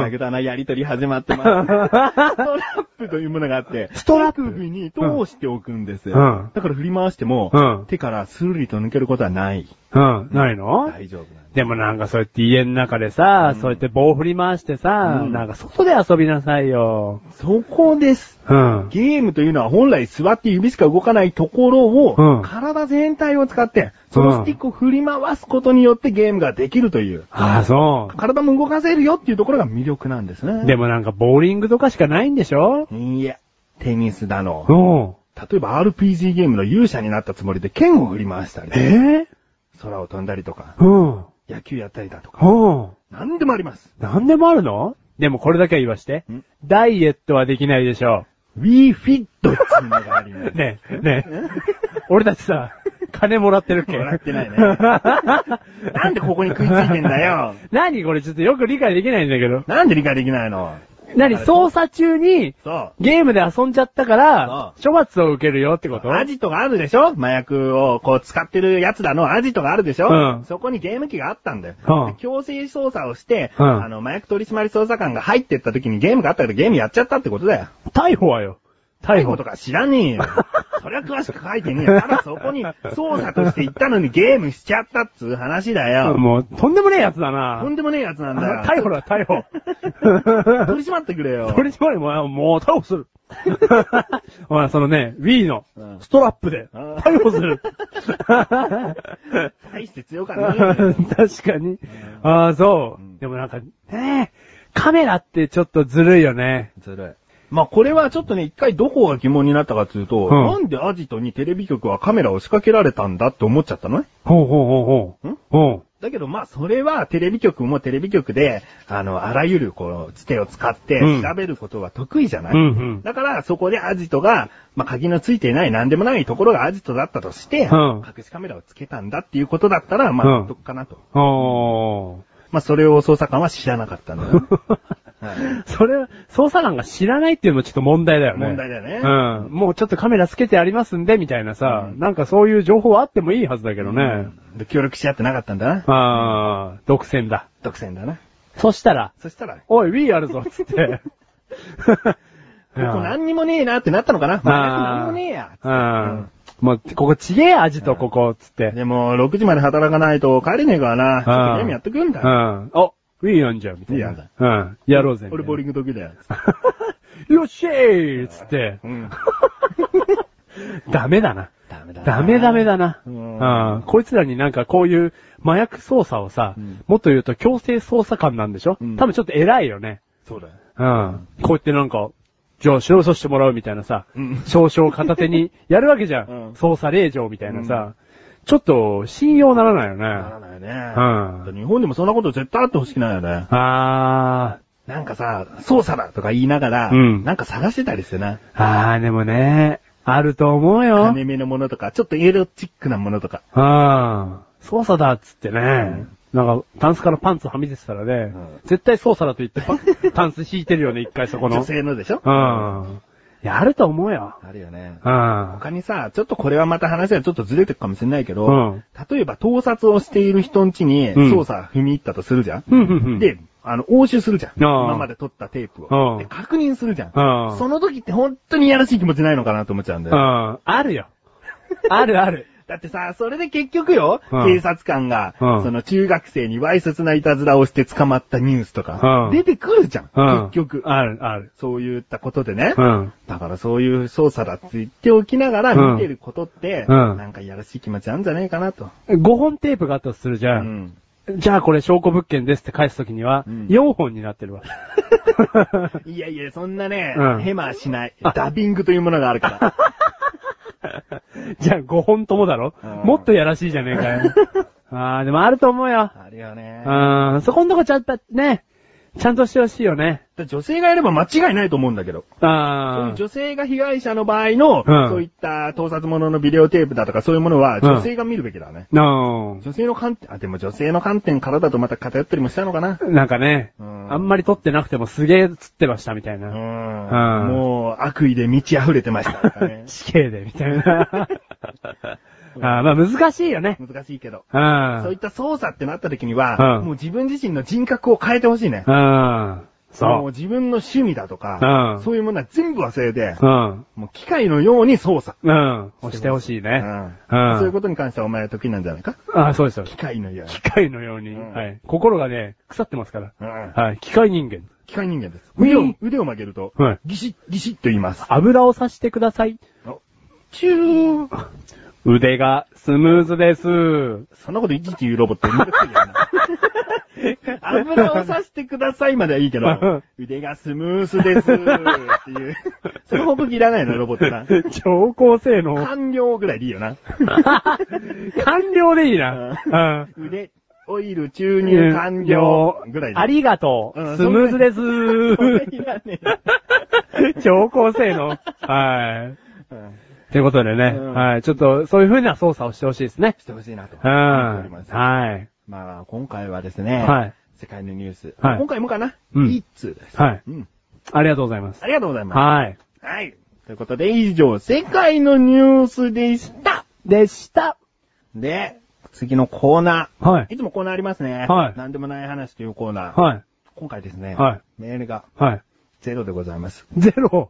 だん。ぐだなやりとり始まって ます。ストラップというものがあって、ストラップ手首に通しておくんです。うんだから振り回しても、うん手からスルリと抜けることはない。うん、ないの大丈夫なんででもなんかそうやって家の中でさ、うんそうやって棒振り回してさ、うんなんか外で遊びなさいよ。す。そこです。うん。ゲームというのは本来座って指しか動かないところを、うん体全体を使って、そのスティックを振り回すことによってゲームができるという、ああ、そ体も動かせるよっていうところが魅力なんですね。う。でもなんかボーリングとかしかないんでしょいいえ、テニスだのう。ん。例えば RPG ゲームの勇者になったつもりで剣を振り回したり、え空を飛んだりとか、うん。野球やったりだとか、うん。何でもあります。なんでもあるのでもこれだけは言わしてん。ダイエットはできないでしょ WeFit っていうのがあります。ねえ、ねえ。俺たちさ、金もらってるっけもらってないね。 なんでここに食いついてんだよ。 何これちょっとよく理解できないんだけど。 なんで理解できないの何捜査中にそゲームで遊んじゃったからああ、処罰を受けるよってこう。とアジトがあるでしょ麻薬をこう使ってるやつだの、アジトがあるでしょ、うんそこにゲーム機があったんだよ。うんで強制捜査をして、うんあの、麻薬取締捜査官が入ってった時にゲームがあったからゲームやっちゃったってことだよ。逮捕はよ。逮捕とか知らねえ よ。そりゃ詳しく書いてねえよ。ただそこに捜査として行ったのにゲームしちゃったっつう話だよ。もう、とんでもねえやつだな。とんでもねえやつなんだよ。逮捕だ、逮捕。取り締まってく れよ。取り締まりも、もう逮捕する。 お前、そのね、Wii のうんストラップでうん逮捕する。大して強か ね 確かに。ああ、そううん。でもなんか、ねえ、カメラってちょっとずるいよね。ずるい。まあこれはちょっとね、一回どこが疑問になったかというと、んなんでアジトにテレビ局はカメラを仕掛けられたんだって思っちゃったのね。ほうほうほうほう。ほだけどまあそれはテレビ局もテレビ局で、あの、あらゆるこのつてを使ってうん調べることが得意じゃない、うんうんだからそこでアジトが、まあ鍵のついていない何でもないところがアジトだったとして、うん隠しカメラをつけたんだっていうことだったら、まあうん納得かなと。う。おまあそれを捜査官は知らなかったんだ よね、はいー。それは、捜査官が知らないっていうのもちょっと問題だよね。問題だよねうん。もうちょっとカメラつけてありますんで、みたいなさ、なんかそういう情報はあってもいいはずだけどね。で、協力し合ってなかったんだな。ああ、独占だ。独占だな。そしたら、そしたら、こおい、Wii あるぞ、つ って。ここ何にもねえなってなったのかな。まあ、何もねえや。うん。もう、ここちげえ味とここ、つって。でも、6時まで働かないと帰れねえからな。ちょっうとんゲームやってくんうだ。ん。お、Wii やんじゃう、みたいいいやな。うん。やろうぜ。俺ボーリンング時だよ。よっしゃーっつってう、ん。ダメだな。ダメだダメダメだな。ううんん。こいつらになんかこういう麻薬捜査をさ、うんもっと言うと強制捜査官なんでしょ、うん多分ちょっと偉いよね。そうだよ。うん。こうやってなんか、じゃあ、調査してもらうみたいなさ、うん少々片手にやるわけじゃん。うん捜査令状みたいなさ、ちょっと信用ならないよね。ならないよね。うん日本でもそんなこと絶対あってほしくないよね。あなんかさ、捜査だとか言いながら、うんなんか探してたりしてな。ー、あーでもね、あると思うよ。金目のものとか、ちょっとエロチックなものとか。ああ、捜査だっつってね、なんか、タンスからパンツはみ出てたらね、うん絶対捜査だと言ってパ ン、タンス引いてるよね、一回そこの。女性のでしょう。ん。いや、あると思うよ。あるよね。うん。他にさ、ちょっとこれはまた話はちょっとずれてくかもしれないけど、うん例えば盗撮をしている人ん家にうん捜査踏み入ったとするじゃん、うん、うん、うん。で、あの、押収するじゃん。ああ今まで撮ったテープうを。んで、確認するじゃん。うん。その時って本当にいやらしい気持ちないのかなと思っちゃうんだうよ。ん。あるよ。あるある。だってさ、それで結局よ、うん警察官が、うんその中学生にわいせつないたずらをして捕まったニュースとか、うん出てくるじゃん、うん。結局。ある、ある。そういったことでね。うん。だからそういう捜査だって言っておきながらうん見てることって、うんなんかいやらしい気持ちあるんじゃないかなと。 5本テープがあったとするじうゃん。ん。じゃあこれ証拠物件ですって返すときには、うん4本になって るわ。いやいや、そんなね、うんヘマはしない。あダビングというものがある から。じゃあ5本ともだろ、うんもっとやらしいじゃねえか よ。あー、でもあると思うよ。あるよね。うん、そこんとこちゃんとね、ちゃんとしてほしいよね。女性がいれば間違いないと思うんだけど。そういあうー。女性が被害者の場合の、うんそういった盗撮物のビデオテープだとかそういうものは、うん女性が見るべきだね。の女性の観点、あ、でも女性の観点からだとまた偏ったりもしたのかな。なんかね、うんあんまり撮ってなくてもすげえ映ってましたみたいな。うん。うん。もう、悪意で満ち溢れてましたからね 死刑で、みたいな。あーまあ難しいよね。難しいけど。うん。そういった操作ってなった時には、うんもう自分自身の人格を変えてほしいね。うん。もうそう。自分の趣味だとか、うんそういうものは全部忘れて、うん。もう機械のように操作。うん。押してほしいね。うんうんそういうことに関してはお前は得意なんじゃないかあーそうですよ。機械のように機。械のように、うんはい。心がね、腐ってますから。うんはい。機械人間。機械人間です。うん腕を、腕を曲げるとはい、ギシッ、ギシッと言います。油をさしてください。チュー。腕がスムー ズです。そんなこといちいち言うロボットめんどくさいよ な。油をさしてくださいまではいいけど、腕がスムースですって いう。そのほどいらないの、ロボットな。超高性能。完了ぐらいでいいよな。完了でいいな。腕、オイル注うん。入完了ぐらいで。ありがとうんう。スムーズでそれいす。らね 超高性能。はい。えうんということでね、うんはい。ちょっと、そういう風な操作をしてほしいですね。してほしいなと。うん。思っておりますはい。まあ、今回はですね、はい。世界のニュース。はい今回もかな、うん一通です。はい。うん。ありがとうございます。ありがとうございます。はい。はい。ということで、以上、世界のニュースでした。でした。で、次のコーナはいー。。いつもコーナーありますね。はい何でもない話というコーナー。はい。今回ですね、はいメールがはい。ゼロでございます。ゼロ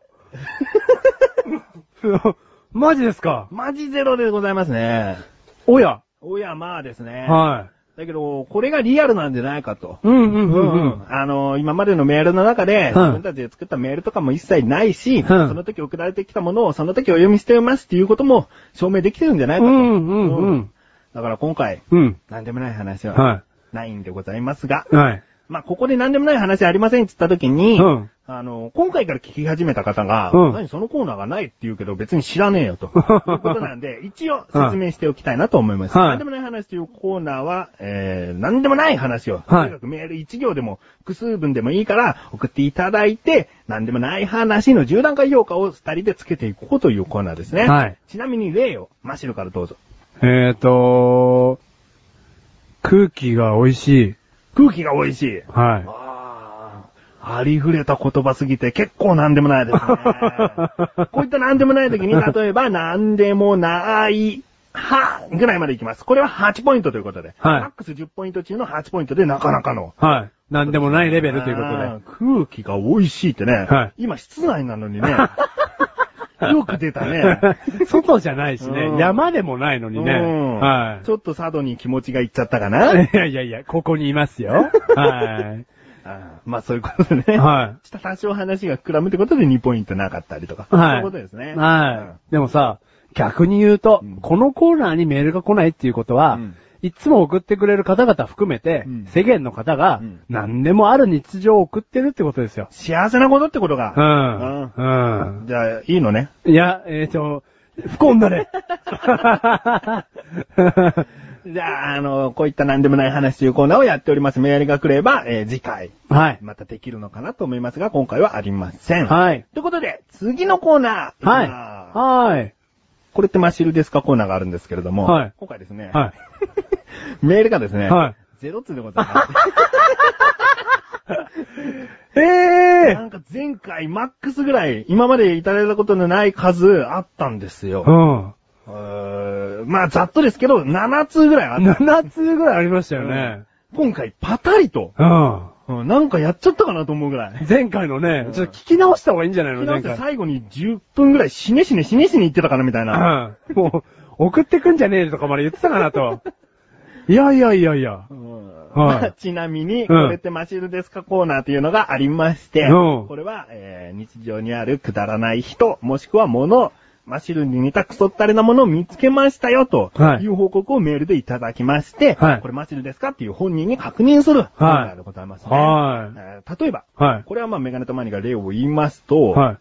マジですかマジゼロでございますね。おや。おやまあですね。はだけど、これがリアルなんじゃないかと。い。うんうんうんううんん。あの、今までのメールの中で、ん自分たちで作ったメールとかも一切ないし、んその時送られてきたものをその時お読みしてますっていうことも証明できてるんじゃないかうと。んうんうん。だから今回、うん。何でもない話ははないんでございますが、い。はい。まあ、ここで何でもない話ありませんって言った時に、うんあの、今回から聞き始めた方が、うん何そのコーナーがないって言うけど別に知らねえよ と。いうことなんで、一応説明しておきたいなと思います。はい何でもない話というコーナーは、えー、何でもない話を、はいとにかくメール一行でも複数文でもいいから送っていただいて、何でもない話の10段階評価を二人でつけていこうというコーナーですね。はいちなみに例を、マシルからどうぞ。えーと、空気が美味しい。空気が美味しい。はあーありふれた言葉すぎて結構何でもないです ね。こういった何でもない時に、例えば何でもない、は、ぐらいまでいきます。これは8ポイントということで。はいマックス10ポイント中の8ポイントでなかなかの。い。はい。なんでもないレベルというこあー空と気が美味しいってね。はい今室内なのに ね。よく出たね。で。外じゃないしうんね。山でもないのに ね。うんはいち。ょっと佐渡に気持ちがいっちゃったかな。いやいやいや、ここにいますよ。はい。あーまあそういうことでね。。はいした多少話が膨らむってことで2ポイントなかったりとか。はいそういうことですね。はい。でもさ、逆に言うと、うんこのコーナーにメールが来ないっていうことは、うんいつも送ってくれる方々含めて、うん世間の方がうん、何でもある日常を送ってるってことですよ。幸せなことってことうが。ん。うん。じゃあ、いいのね。いや、えっ、と、不幸だね。じゃあ、あの、こういった何でもない話というコーナーをやっております。メールが来れば、えー次回、はい。またできるのかなと思いますが、今回はありません。はい。ということで、次のコーナー。はい。あーはい。これってマシルですかコーナーがあるんですけれども。はい今回ですね。はい。メールがですね。はいゼロ通でござい ます。ええなんか前回マックスぐらい、今までいただいたことのない数あったんですよ。うん。うーんまあざっとですけど、7通ぐらいあった。 7通ぐらいありましたよね。今回パタリと、うん。うんなんかやっちゃったかなと思うぐらい。前回のねう、んちょっと聞き直した方がいいん じゃないの前昨日回。最後に10分ぐらい死ね死ね死ね死ね言ってたかなみたいな。うん。もう、送ってくんじゃねえとかまで言ってたかなと。 いやいやいやいや。うんはいまあ ちなみに、これってマシルですかコーナーというのがありまして、うんこれは、えー日常にあるくだらない人、もしくは物、マシルに似たクソったれなものを見つけましたよ、とはいいう報告をメールでいただきまして、はいこれマシルですかっていう本人に確認するコーナーでございますね。はい。えー例えば、はい。これはまあメガネとマニが例を言いますと、はい。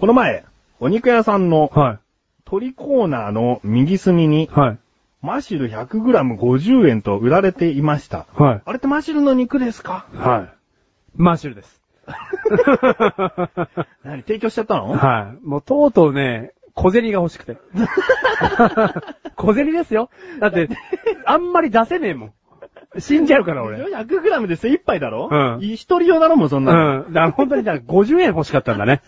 この前、お肉屋さんのはい。鳥コーナーの右隅に、はい。マシル 100g50 円と売られていました。はい。あれってマシルの肉ですかはい。マッシュ ルです。何提供しちゃったのはい。もうとうとうね、小銭が 欲しくて。小銭ですよ。だって、あんまり出せねえもん。死んじゃうから俺。うん。 400g で精一杯だろうん一人用だろもうそんだなの。から本当にだから50円欲しかったんだね。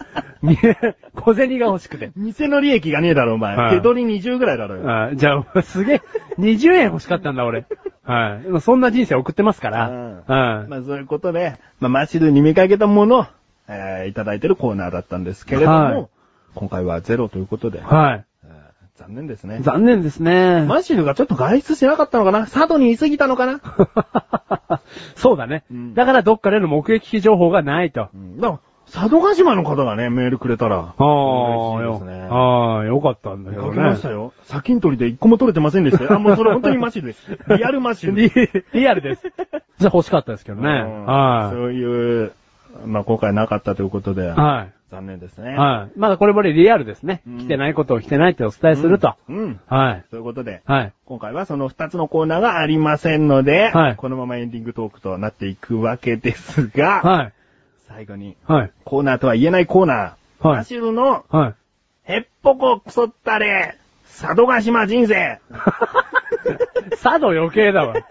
小銭が欲しくて。店の利益がねえだろ、お前。はい手取り20ぐらいだろよ。あじゃあ、すげえ、20円欲しかったんだ、俺。はい。でもそんな人生送ってますから。うん。まあそういうことで、まあマシルに見かけたものを、えー、いただいてるコーナーだったんですけれども、はい今回はゼロということで、はえー残念ですねい。。残念ですね。 マシルがちょっと外出しなかったのかな佐渡に居すぎたのかなそうだね、うんだからどっかでの目撃情報がないと。うん。だから佐渡島の方がね、メールくれたら。ああ、嬉しいでよす、ね。ああ、よかったんだけ書どきましたね。よ。砂金取りで一個も取れてませんでした よ。あ、もうそれ本当にマシルです。リアルマシル。リリアルです。じゃあ欲しかったですけどね。うんはそういう、まあ、今回なかったということでい。、は残念ですい。ね。はい。まだこれまでリアルですね。うん来てないことを来てないってお伝えすると。うん。うん。はい。ということで、はい。今回はその2つのコーナーがありませんので、はいこのままエンディングトークとなっていくわけですが、はい。最後に、はい。コーナーとは言えないコーナー、はマい。シルの、はい。へっぽこくそったれ、佐渡島人生。佐渡余計だわ。はい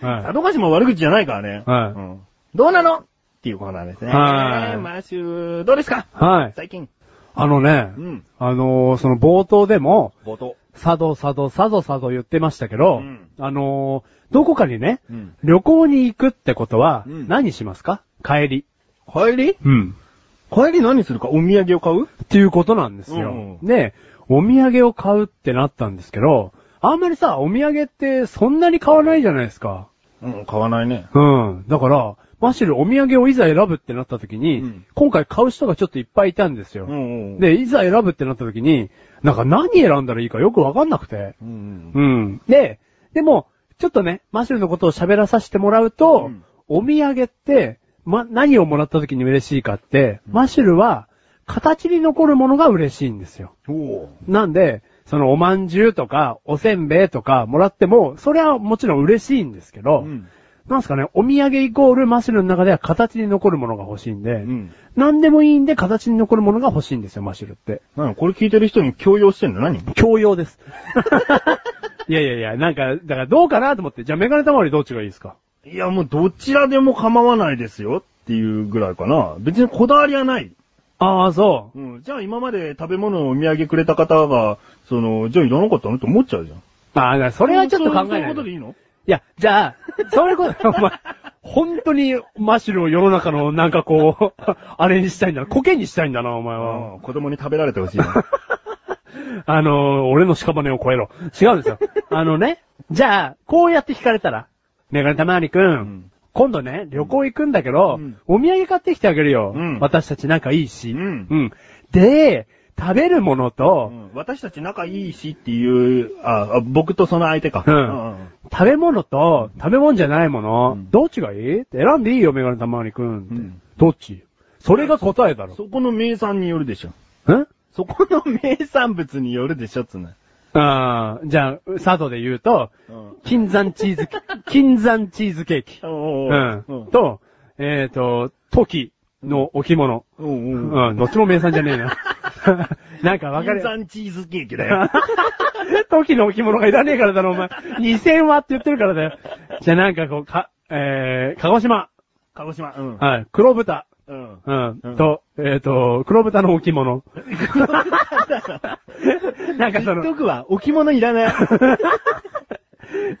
佐渡島悪口じゃないからね。はいうんどうなのっていうコーナーですね。はいマシュー、どうですかはい。最近。あのね、うん。あのーその冒頭でも、冒頭。佐渡佐渡佐渡佐渡言ってましたけど、うんあのーどこかにね、うん。旅行に行くってことは、うん何しますか帰り。帰りうん。帰り何するかお土産を買うっていうことなんですよ。うで、お土産を買うってなったんですけど、あんまりさ、お土産ってそんなに買わないじゃないですか。うん、買わないね。うん。だから、マシルお土産をいざ選ぶってなった時に、うん今回買う人がちょっといっぱいいたんですよ。んで、で、いざ選ぶってなった時に、なんか何選んだらいいかよくわかんなくて。うんう。ん。で、でも、ちょっとね、マシュルのことを喋らさせてもらうと、うんお土産って、ま、何をもらった時に嬉しいかって、マシュルは、形に残るものが嬉しいんですよ。おなんで、そのお饅頭とか、おせんべいとかもらっても、それはもちろん嬉しいんですけど、うん。なんすかね、お土産イコールマシュルの中では形に残るものが欲しいんで、うん。何でもいいんで形に残るものが欲しいんですよ、マシュルって。なんこれ聞いてる人に強要してんの何教養です。 いやいやいや、なんか、だからどうかなと思って、じゃあメガネたまわりどっちがいいですかいや、もうどちらでも構わないですよっていうぐらいかな。別にこだわりはない。ああ、そうん。じゃあ今まで食べ物をお土産くれた方が、その、じゃあいらなかったのって思っちゃうじゃん。う。ああ、だからそれはちょっと考えそういうことない。でいいいのや、じゃあ、そう いうこと、お前、本当にマシュルを世の中のなんかこう、あれにしたいんだな、コケにしたいんだな、お前は。子供に食べられてほしい な。あのー、俺の屍を超えろ。 違うんですよ。あのね、じゃあ、こうやって聞かれたら、メガネたまわりくん、ん今度ね、旅行行くんだけど、うんお土産買ってきてあげるよ。うん私たち仲いいし。うんうん。で、食べるものうと、ん私たち仲いいしっていう、あ、あ僕とその相手か。うんん食べ物と、食べ物じゃないもの、うんどっちがいいって選んでいいよ、メガネたまにくんって。うんどっちそれが答えだろ。そこの名産によるでしょ。んそこの名産物によるでしょ、つうの。ああ、じゃあ、佐渡で言うと、うん。金山チー ズケーキ、金山チーズケーキ。おーうん。と、えっ、と、トキの置物。うんうんうん。うん、どっちも名産じゃねえな。 なんかわか金る。山チーズケーキだよ。トキの置物がいらねえからだろ、お前。2000はって言ってるからだよ。じゃあなんかこう、か、えー、鹿児島。鹿児島。うん。はい、黒豚。うん。うんうん。と、えっ、と、黒豚の置物。 なんかそ言っのと、くわ。置物いらない。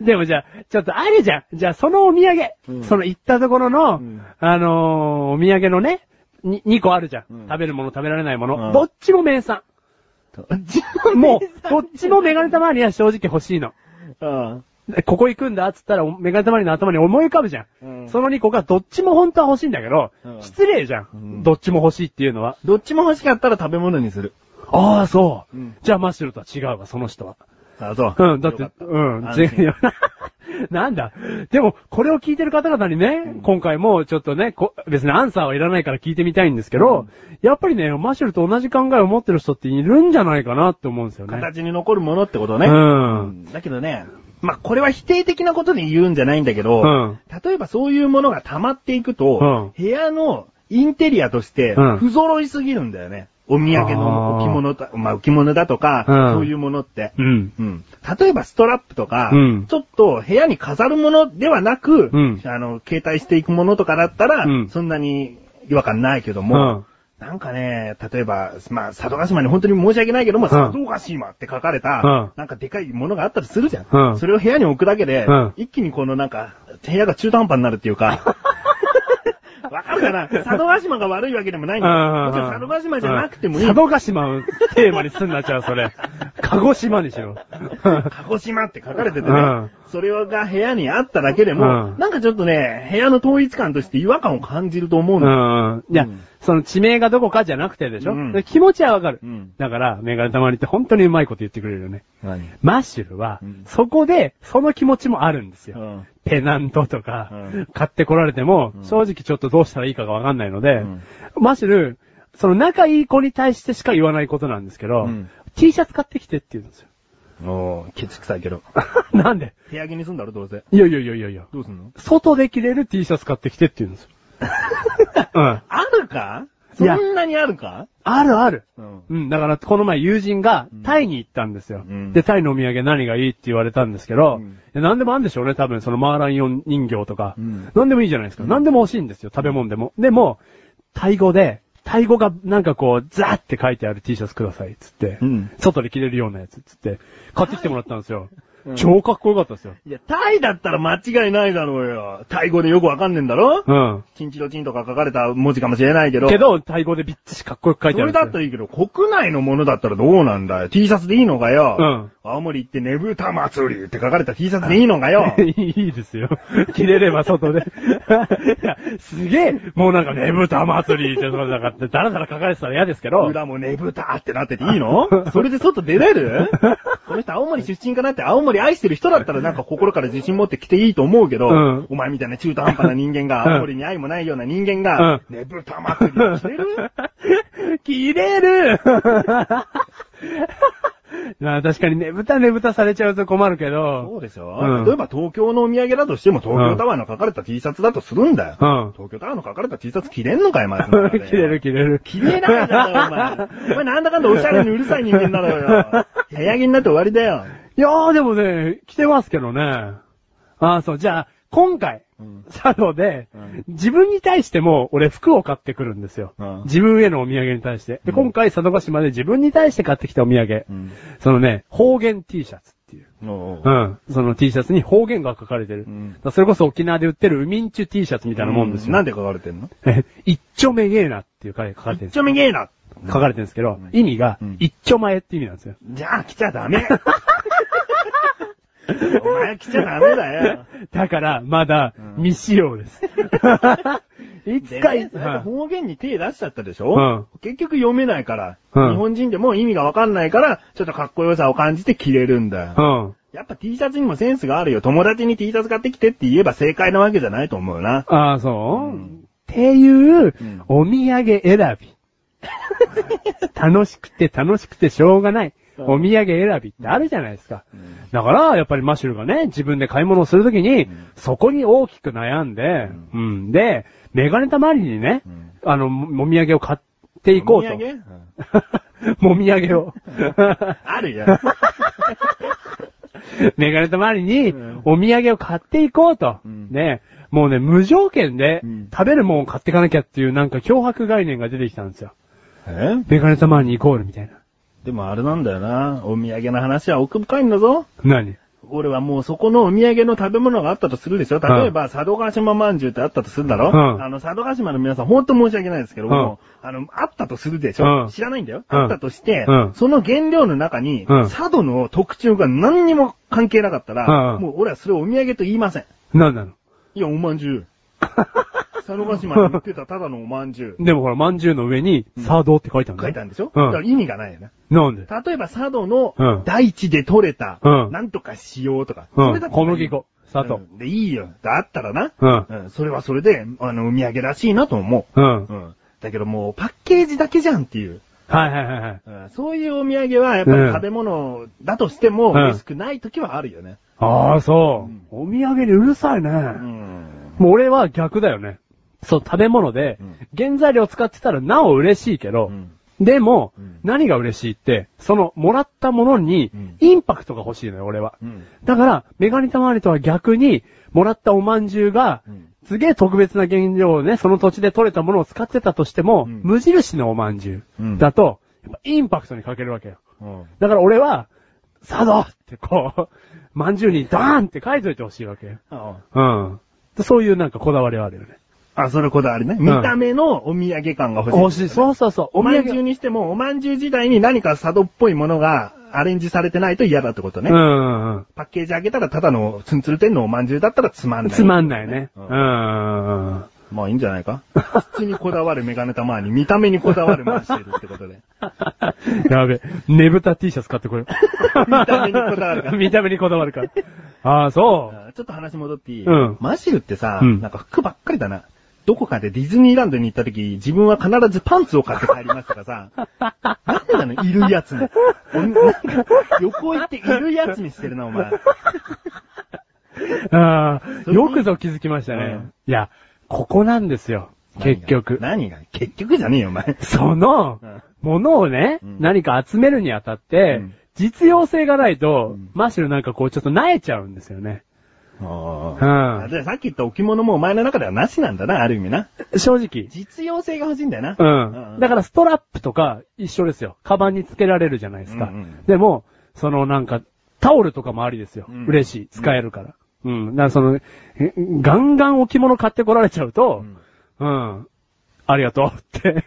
でもじゃあ、ちょっとあるじゃん。じゃあそのお土産、うんその行ったところの、うんあのーお土産のね、に、2個あるじゃん。うん食べるもの食べられないもの。うんどっちも名産。もう、どっちもメガネたまりは正直欲しいの。うん。ここ行くんだっつったら、おメガネたまりの頭に思い浮かぶじゃん。うんその2個がどっちも本当は欲しいんだけど、うん失礼じゃん,、うんどっちも欲しいっていうのは。どっちも欲しかったら食べ物にする。ああ、そう、うんじゃあマッシュルとは違うわ、その人は。あ、そう。うん、だって、よかたうん、安全心然。 なんだ。でも、これを聞いてる方々にね、今回もちょっとね、こ別にアンサーはいらないから聞いてみたいんですけど、やっぱりね、マシュルと同じ考えを持ってる人っているんじゃないかなって思うんですよね。形に残るものってことね。うんだけどね、まあ、これは否定的なことで言うんじゃないんだけど、うん例えばそういうものが溜まっていくと、部屋のインテリアとしてうん不揃いすぎるんだよね。お土産のあー置物だ、まあ、置物だとか、うんそういうものって。うん。うん例えばストラップとか、うんちょっと部屋に飾るものではなく、うんあの、携帯していくものとかだったら、うんそんなに違和感ないけども、なんかね、例えば、まあ、佐渡島に本当に申し訳ないけども、ん佐渡島って書かれた、うんなんかでかいものがあったりするじゃん。うんそれを部屋に置くだけで、うん一気にこのなんか、部屋が中途半端になるっていうか、 わかるかな佐渡島が悪いわけでもないんだよ。もちろん佐渡島じゃなくてもいいうん。佐渡島をテーマにすんなっちゃう、それ。鹿児島にしろ。鹿児島って書かれててね、うんそれが部屋にあっただけでも、うんなんかちょっとね、部屋の統一感として違和感を感じると思ううの。ん。いや、うんその地名がどこかじゃなくてでしょ、うんで気持ちはわかる。うんだから、メガネたまりって本当にうまいこと言ってくれるよね。マッシュルはうん、そこで、その気持ちもあるんですうよ。んペナントとかうん、買ってこられてもう、ん正直ちょっとどうしたらいいかがわかんないのでん、マッシュル、その仲いい子に対してしか言わないことなんですけどうん T シャツ買ってきてって言うんですよ。 おー、ケチくさいけど。なんで部屋着に住んだろ、どうせ。いやいやいやいやいや。どうすんの外で着れる T シャツ買ってきてって言う んですよ。うん。あるかそいやんなにあるかあるある。うん。うん、だから、この前友人がん、タイに行ったんですよ、うんで、タイのお土産何がいいって言われたんですけど、うんいや何でもあるんでしょうね、多分、そのマーライオン人形とか、うん何でもいいじゃないですか。何でも欲しいんですよ、食べ物でも。でも、タイ語で、タイ語がなんかこう、ザーって書いてある T シャツください、つって、うん外で着れるようなやつ、つって、買ってきてもらったんですよ。うん超かっこよかったですよ。いや、タイだったら間違いないだろうよ。タイ語でよくわかんねえんだろうん。チンチロチンとか書かれた文字かもしれないけど。けど、タイ語でびっちしかっこよく書いそてあれるんですよ。だったらいいけど、国内のものだったらどうなんだよ。T シャツでいいのかよ。青森行ってねぶた祭りって書かれた T シャツでいいのかよ。いいですよ。着れれば外で。いやすげえ、もうなんかねぶた祭りって、そのなんか、だらだら書かれてたら嫌ですけど。裏もねぶたってなってていい のそれで外出れるこの人青森出身かなって青森愛してる人だったらなんか心から自信持って来ていいと思うけど、うんお前みたいな中途半端な人間 が、うん青森に愛もないような人間が、ねぶた祭りを着て る着れる まあ確かにねぶたねぶたされちゃうと困るけそど。うでしょ、うん例えば東京のお土産だとしても東京タワーの書かれた T シャツだとするんだよ。うん 東京タワーの書かれた T シャツ着れんのかよ、まず。着れる着れる。着れないだろ、お前。お前なんだかんだおしゃれにうるさい人間だ ろうよ。部屋着になって終わりだよ。いやーでもね、着てますけどね。ああ、そう、じゃあ、今回、うん佐渡で、うん自分に対しても、俺服を買ってくるんですよ。うん自分へのお土産に対して。で、うん今回、佐渡島で自分に対して買ってきたお土産。 うんそのね、方言 T シャツっていう。おうう。おうんその T シャツに方言が書かれてる。うんだからそれこそ沖縄で売ってるウミンチュ T シャツみたいなもんですよ。なんで書かれてんのえ、 一丁目ゲーナっていう書かれてるんで一すよ丁目ゲーな。書かれてるんですけどうん、意味がうん、 一丁前って意味なんですよ。じゃあ来ちゃダメ。お前来ちゃダメだよ。だから、まだうん、未使 用です。いつでか、ね、なんかはい方言に手出しちゃったでしうんょ、結局読めないから、うん日本人でも意味がわかんないから、ちょっとかっこよさを感じて着れるんだよ。うん。やっぱ T シャツにもセンスがあるよ。友達に T シャツ買ってきてって言えば正解なわけじゃないと思うな。ああ、そうう、んっていううん、お土産 選び。楽しくて楽しくてしょうがない。うんお土産選びってあるじゃないですか。うんだから、やっぱりマシュルがね、自分で買い物をするときに、うんそこに大きく悩んで、うん、で、メガネたまりにね、うんあの、もみあげを買っていこうと。お土産うん もみあげを。あるよ。メガネたまりにうん、お土産を買っていこうと。うんね、もうね、無条件でうん、食べるもんを買っていかなきゃっていう、なんか脅迫概念が出てきたんですよ。 えメガネたまりにイコールみたいな。でもあれなんだよな。お土産の話は奥深いんだぞ。何俺はもうそこのお土産の食べ物があったとするでしょ例えば、佐渡島まんじゅうってあったとするだろ、うんあの、佐渡島の皆さん、ほんと申し訳ないですけども、あの、あったとするでしょ、うん知らないんだよ、うんあったとして、うんその原料の中に、うん佐渡の特徴が何にも関係なかったら、うんもう俺はそれをお土産と言いません。何なの いや、おまんじゅう。佐渡島に売 ってたただのおまんじゅう。でもほら、まんじゅうの上に、サードって書いてあるんだ書よいたんでしょ、うんだから意味がないよね。なんで例えば佐渡のうん大地で採れた、うんなんとか塩とか、うそれだん。ったらい小い麦粉、砂糖。うんで、いいよ。だったらな。うん。うん。それはそれで、あの、お土産らしいなと思うん。う。うん。だけどもう、パッケージだけじゃんっていう。はいはいはいはい。うん。そういうお土産は、やっぱりうん食べ物だとしても、うん美味しくない時はあるよね。ああ、そううん。お土産にうるさいね。うん。もう俺は逆だよね。そう、食べ物でうん、原材料使ってたらなお嬉しいけどう、ん。でもうん、何が嬉しいって、その、もらったものにうん、インパクトが欲しいのよ、俺は。うん。だから、メガネたまわりとは逆に、もらったおまんじゅうがう、んすげえ特別な原料をね、その土地で採れたものを使ってたとしても、うん無印のおまんじゅうんうだと、やっぱインパクトに欠けるわけよ。うん。だから俺は、佐渡ってこう、 まんじゅうにドーンって書いといてほしいわけよ。あうん。そういうなんかこだわりはあるよね。あ、それこだわりね。見た目のお土産感が欲しい。欲しい。そうそうそう。おまんじゅううにしても、おまんじゅう時代に何か佐渡っぽいものがアレンジされてないと嫌だってことね。んうんパッケージ開けたらただのツンツル天のおまんじゅうだったらつまんうん。ない。つまんないね。ううんんうんうん。まあいいんじゃないか口にこだわるメガネたまに見た目にこだわる回してるってことで。やべ。ねぶた T シャツ買ってこよう。 見た目にこだわるか ら見た目にこだわるから。ああ、そう。あちょっと話戻っていい、うんマシルってさ、うんなんか服ばっかりだな。どこかでディズニーランドに行った時、自分は必ずパンツを買って帰りますからさ、なんなのいるやつね。おなんか、横行っているやつにしてるな、お前。あそあ、れによくぞ気づきましたね。うんいや、ここなんですよ。 結局。何が何が結局じゃねえよ、お前。そのうん、ものをね、うん何か集めるにあたって、うん実用性がないと、うんマシュルなんかこうちょっと萎えちゃうんですよね。あじゃあさっき言った置物もお前の中ではなしなんだな、ある意味な。正直。実用性が欲しいんだよな。うん。だからストラップとか一緒ですよ。カバンにつけられるじゃないですうか。んうんでも、そのなんか、タオルとかもありですよ。うん嬉しい。使えるから。うん。だからその、えガンガン置物買ってこられちゃうと、うん。ありがとうって。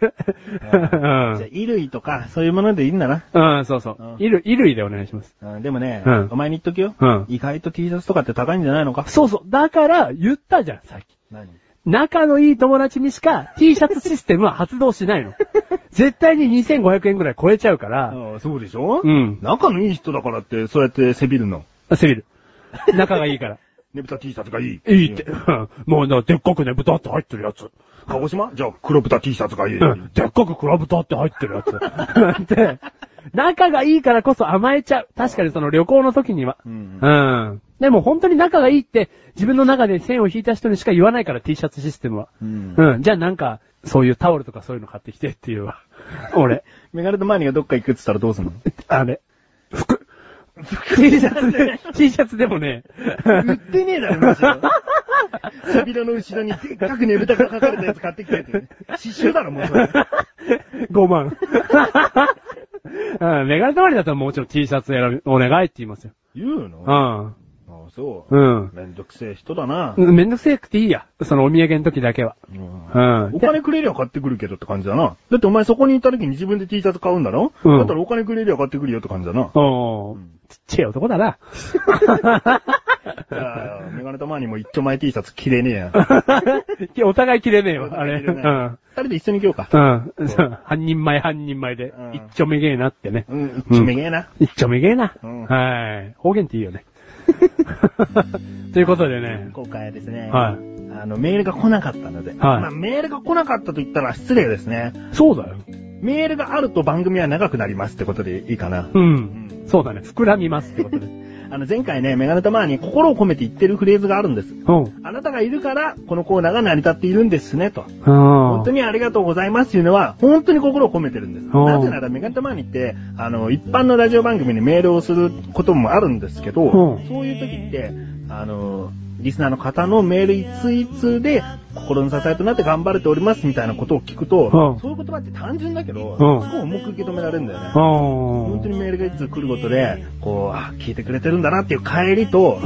うんじゃあ、衣類とか、そういうものでいいんだな。うん、うんそうそううん。衣類、衣類でお願いします。うんでもね、うんお前に言っとくよ、うん意外と T シャツとかって高いんじゃないのかそうそう。だから、言ったじゃん、さっき。何仲のいい友達にしか T シャツシステムは発動し ないの。絶対に2500円ぐらい超えちゃうから、ああ、そうでしょうん仲のいい人だからって、そうやって背びるの。セビル。仲がいいから。ねぶた T シャツがいい。 いいって。もうな、でっかくね、豚って入ってるやつ。鹿児島じゃあ、黒豚 T シャツがいい。うんでっかく黒豚って入ってるやつ。なんて、仲がいいからこそ甘えちゃう。確かにその旅行の時には。ううんん。でも本当に仲がいいって、自分の中で線を引いた人にしか言わないから T シャツシステムは。うんうん。じゃあなんか、そういうタオルとかそういうの買ってきてっていうわ。俺、メガネとマーニがどっか行くって言ったらどうすんの あれ、服。T シャツで、T シャツでもね、売ってねえだろ、むしろ。 背びれの後ろにでっかくねぶたが書かれたやつ買ってきたやつ。刺繍だろ、もうそれ。 5万。うん、メガネたまりだったらもちろん T シャツ選び、お願いって言いますよ。言ううのん。あああ、そうう。ん。めんどくせえ人だな。うんめんどくせえくていいや。そのお土産の時だけは。うんうん。お金くれりゃ買ってくるけどって感じだな。だってお前そこに行った時に自分で T シャツ買うんだろ、うんだったらお金くれりゃ買ってくるよって感じだな。おーうんちっちゃい男だな。 いやーメガネたまにも一丁前 T シャツ着れねえや。お互い切れねえよ、あれ。着れない二人で一緒に行こうか。うん。うん。そう半人前半人前でう、ん一丁目げえなってね。うん、一丁目げえな。一丁目げえな。うんはい。方言っていいよね。ということでね。今回はですね、はい。あの、メールが来なかったので、まあ、メールが来なかったと言ったら失礼ですね。そうだよ。メールがあると番組は長くなりますってことでいいかな。うん。そうだね。膨らみますってことで。うん。あの、前回ね、メガネたまに心を込めて言ってるフレーズがあるんです。あなたがいるから、このコーナーが成り立っているんですね、と。本本当にありがとうございますというのは、本当に心を込めてるんです。おうなぜなら、メガネたまにって、あの、一般のラジオ番組にメールをすることもあるんですけど、おうそういう時って、あの、リスナーの方のメール一通一通で、心の支えとなって頑張れておりますみたいなことを聞くおとう、そういう言葉って単純だけど、すおうごい重く受け止められるんだよね。本本当にメールが一通来ることで、こう、あ、聞いてくれてるんだなっていう帰りと、うん。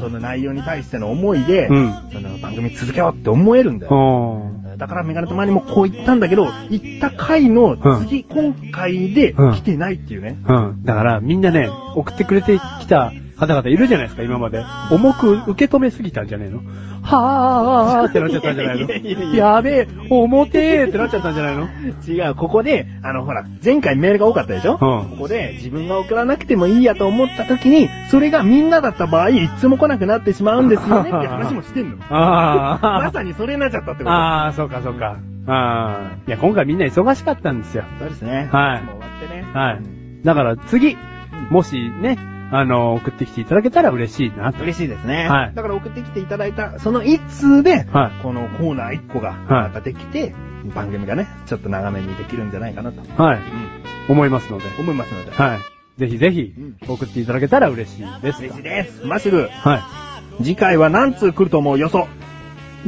その内容に対しての思いで、うん。その番組続けようって思えるんだよ。うん。だからメガネとマにもこう言ったんだけど、言った回の次、今回でうん来てないっていうね。うん。だから、みんなね、送ってくれてきた方々いるじゃないですか、今まで。重く受け止めすぎたんじゃねえのはぁーってなっちゃったんじゃないいやいやいやのいややべえ、重てーってなっちゃったんじゃないの違う、ここで、あのほら、前回メールが多かったでしょ、うんここで自分が送らなくてもいいやと思った時に、それがみんなだった場合、いつも来なくなってしまうんですよね って話もしてんの。まあさにそれになっちゃったってこー。と。あー、そうかそうか。あー。いや、今回みんな忙しかったんですよ。そうですね。はいもう終わってね。はい。だから次、もしね、あの、送ってきていただけたら嬉しいなと。嬉しいですね。はいだから送ってきていただいた、その一通で、はこのコーナー1個が、はいまたできて、番組がね、ちょっと長めにできるんじゃないかなと、い。はい。うん思いますので。思いますので。はい。ぜひぜひうん、送っていただけたら嬉しいです。嬉しいです。マシュル、はい。次回は何通来ると思う予想。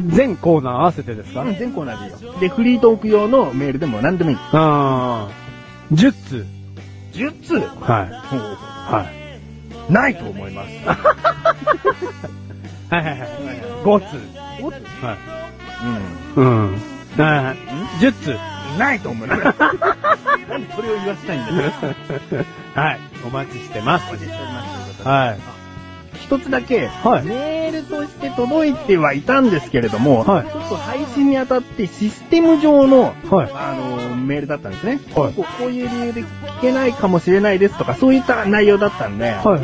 全コーナー合わせてですかうん全コーナーでいいよ。で、フリートーク用のメールでも何でもいい。あー10通。 10通はい。もはい。うないと思います。はいはいはい。5通。おっはい。ううん。はいはい。10通。 ん。ないと思うな。なんでそれを言わせたいん だよ。はい。お待ちしてます。おじさんなんていうことではい。一つだけ、はいメールとして届いてはいたんですけれども、はいちょっと配信にあたってシステム上の、はい。あの、メールだったんですね、はいこう。こういう理由で聞けないかもしれないですとか、そういった内容だったんで、はいはい。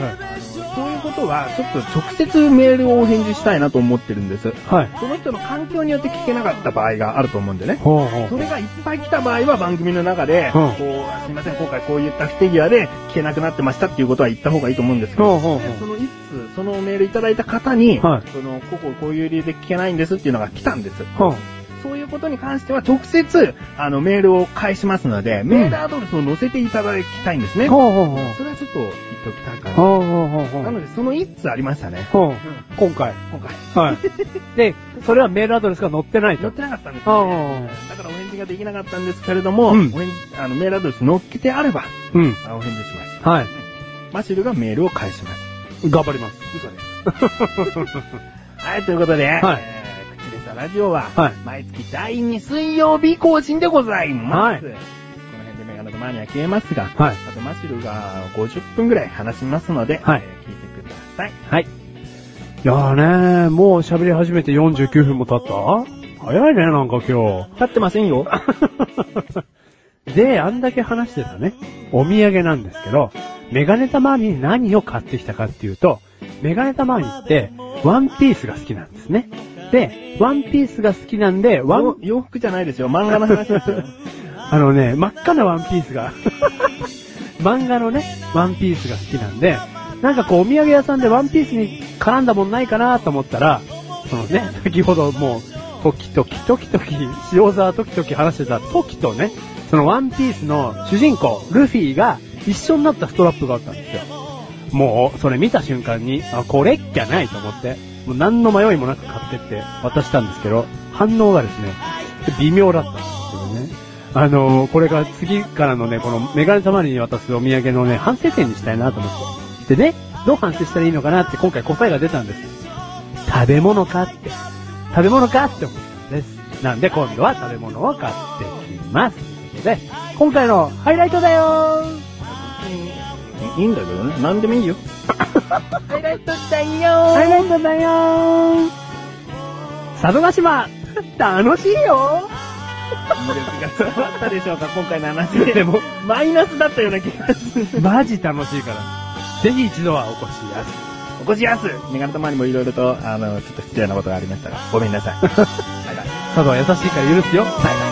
そういうことは、ちょっと直接メールをお返事したいなと思ってるんです。はい。その人の環境によって聞けなかった場合があると思うんでね。ほうほそれがいっぱい来た場合は番組の中で、うんこう、あすいません、今回こういった不手際で聞けなくなってましたっていうことは言った方がいいと思うんですけど、ほうほうほうでその一通、そのメールいただいた方に、はいその、こここういう理由で聞けないんですっていうのが来たんです。ほう。そういうことに関しては直接、あの、メールを返しますので、メールアドレスを載せていただきたいんですね。ほうほうほう。それはちょっと言っておきたいかな。ほうほうほうほう。なので、その一通ありましたね。ほう。うん今回。今回。はい。 で、それはメールアドレスが載ってない載とっ。てなかったんですあよ、あだからお返事ができなかったんですけれども、うんお返事あのメールアドレス載っけてあれば、うん。あお返事します。はい。マシルがメールを返します。頑張ります。嘘です。はい、ということで、はいえー、口でしたラジオは、はい毎月第2水曜日更新でございます。はいこの辺でメガネとマニア消えますが、はい。あとマシルが50分ぐらい話しますので、はいえー聞いてください。はい。いやーねもう喋り始めて49分も経った早いね、なんか今立ってませんよ。日。 で、あんだけ話してたね、お土産なんですけど、メガネたまーに何を買ってきたかっていうと、メガネたまーにって、ワンピースが好きなんですね。で、ワンピースが好きなんで、ワよン、洋服じゃないですよ。漫画の話です よ。あのね、真っ赤なワンピースが、 漫画のね、ワンピースが好きなんで、なんかこうお土産屋さんでワンピースに絡んだもんないかなと思ったら、そのね、先ほどもう、時々、時々、塩沢時々話してた時とね、そのワンピースの主人公、ルフィが一緒になったストラップがあったんですよ。もう、それ見た瞬間に、あ、これっきゃないと思って、もう何の迷いもなく買ってって渡したんですけど、反応がですね、微妙だったんですよね。あのーこれが次からのね、このメガネたまりに渡すお土産のね、反省点にしたいなと思って。でね、どう反省したらいいのかなって今回答えが出たんです。食べ物かって。食べ物かって思ったんです。なんで今度は食べ物を買ってきます。で、今回のハイライトだよーいいんだけどね。なんでもいいよ。ハイライトだよハイライトだよー佐渡島楽しいよ魅力が伝わったでしょうか、今回の話で。でも、マイナスだったような気が する。マジ楽しいから。ぜひ一度はお越しやす。起こしやすメガネたまにもいろいろ と、あの、ちょっと失礼なことがありましたが、ごめんなさい。バイバイ佐渡は優しいから許すよ。バイバイ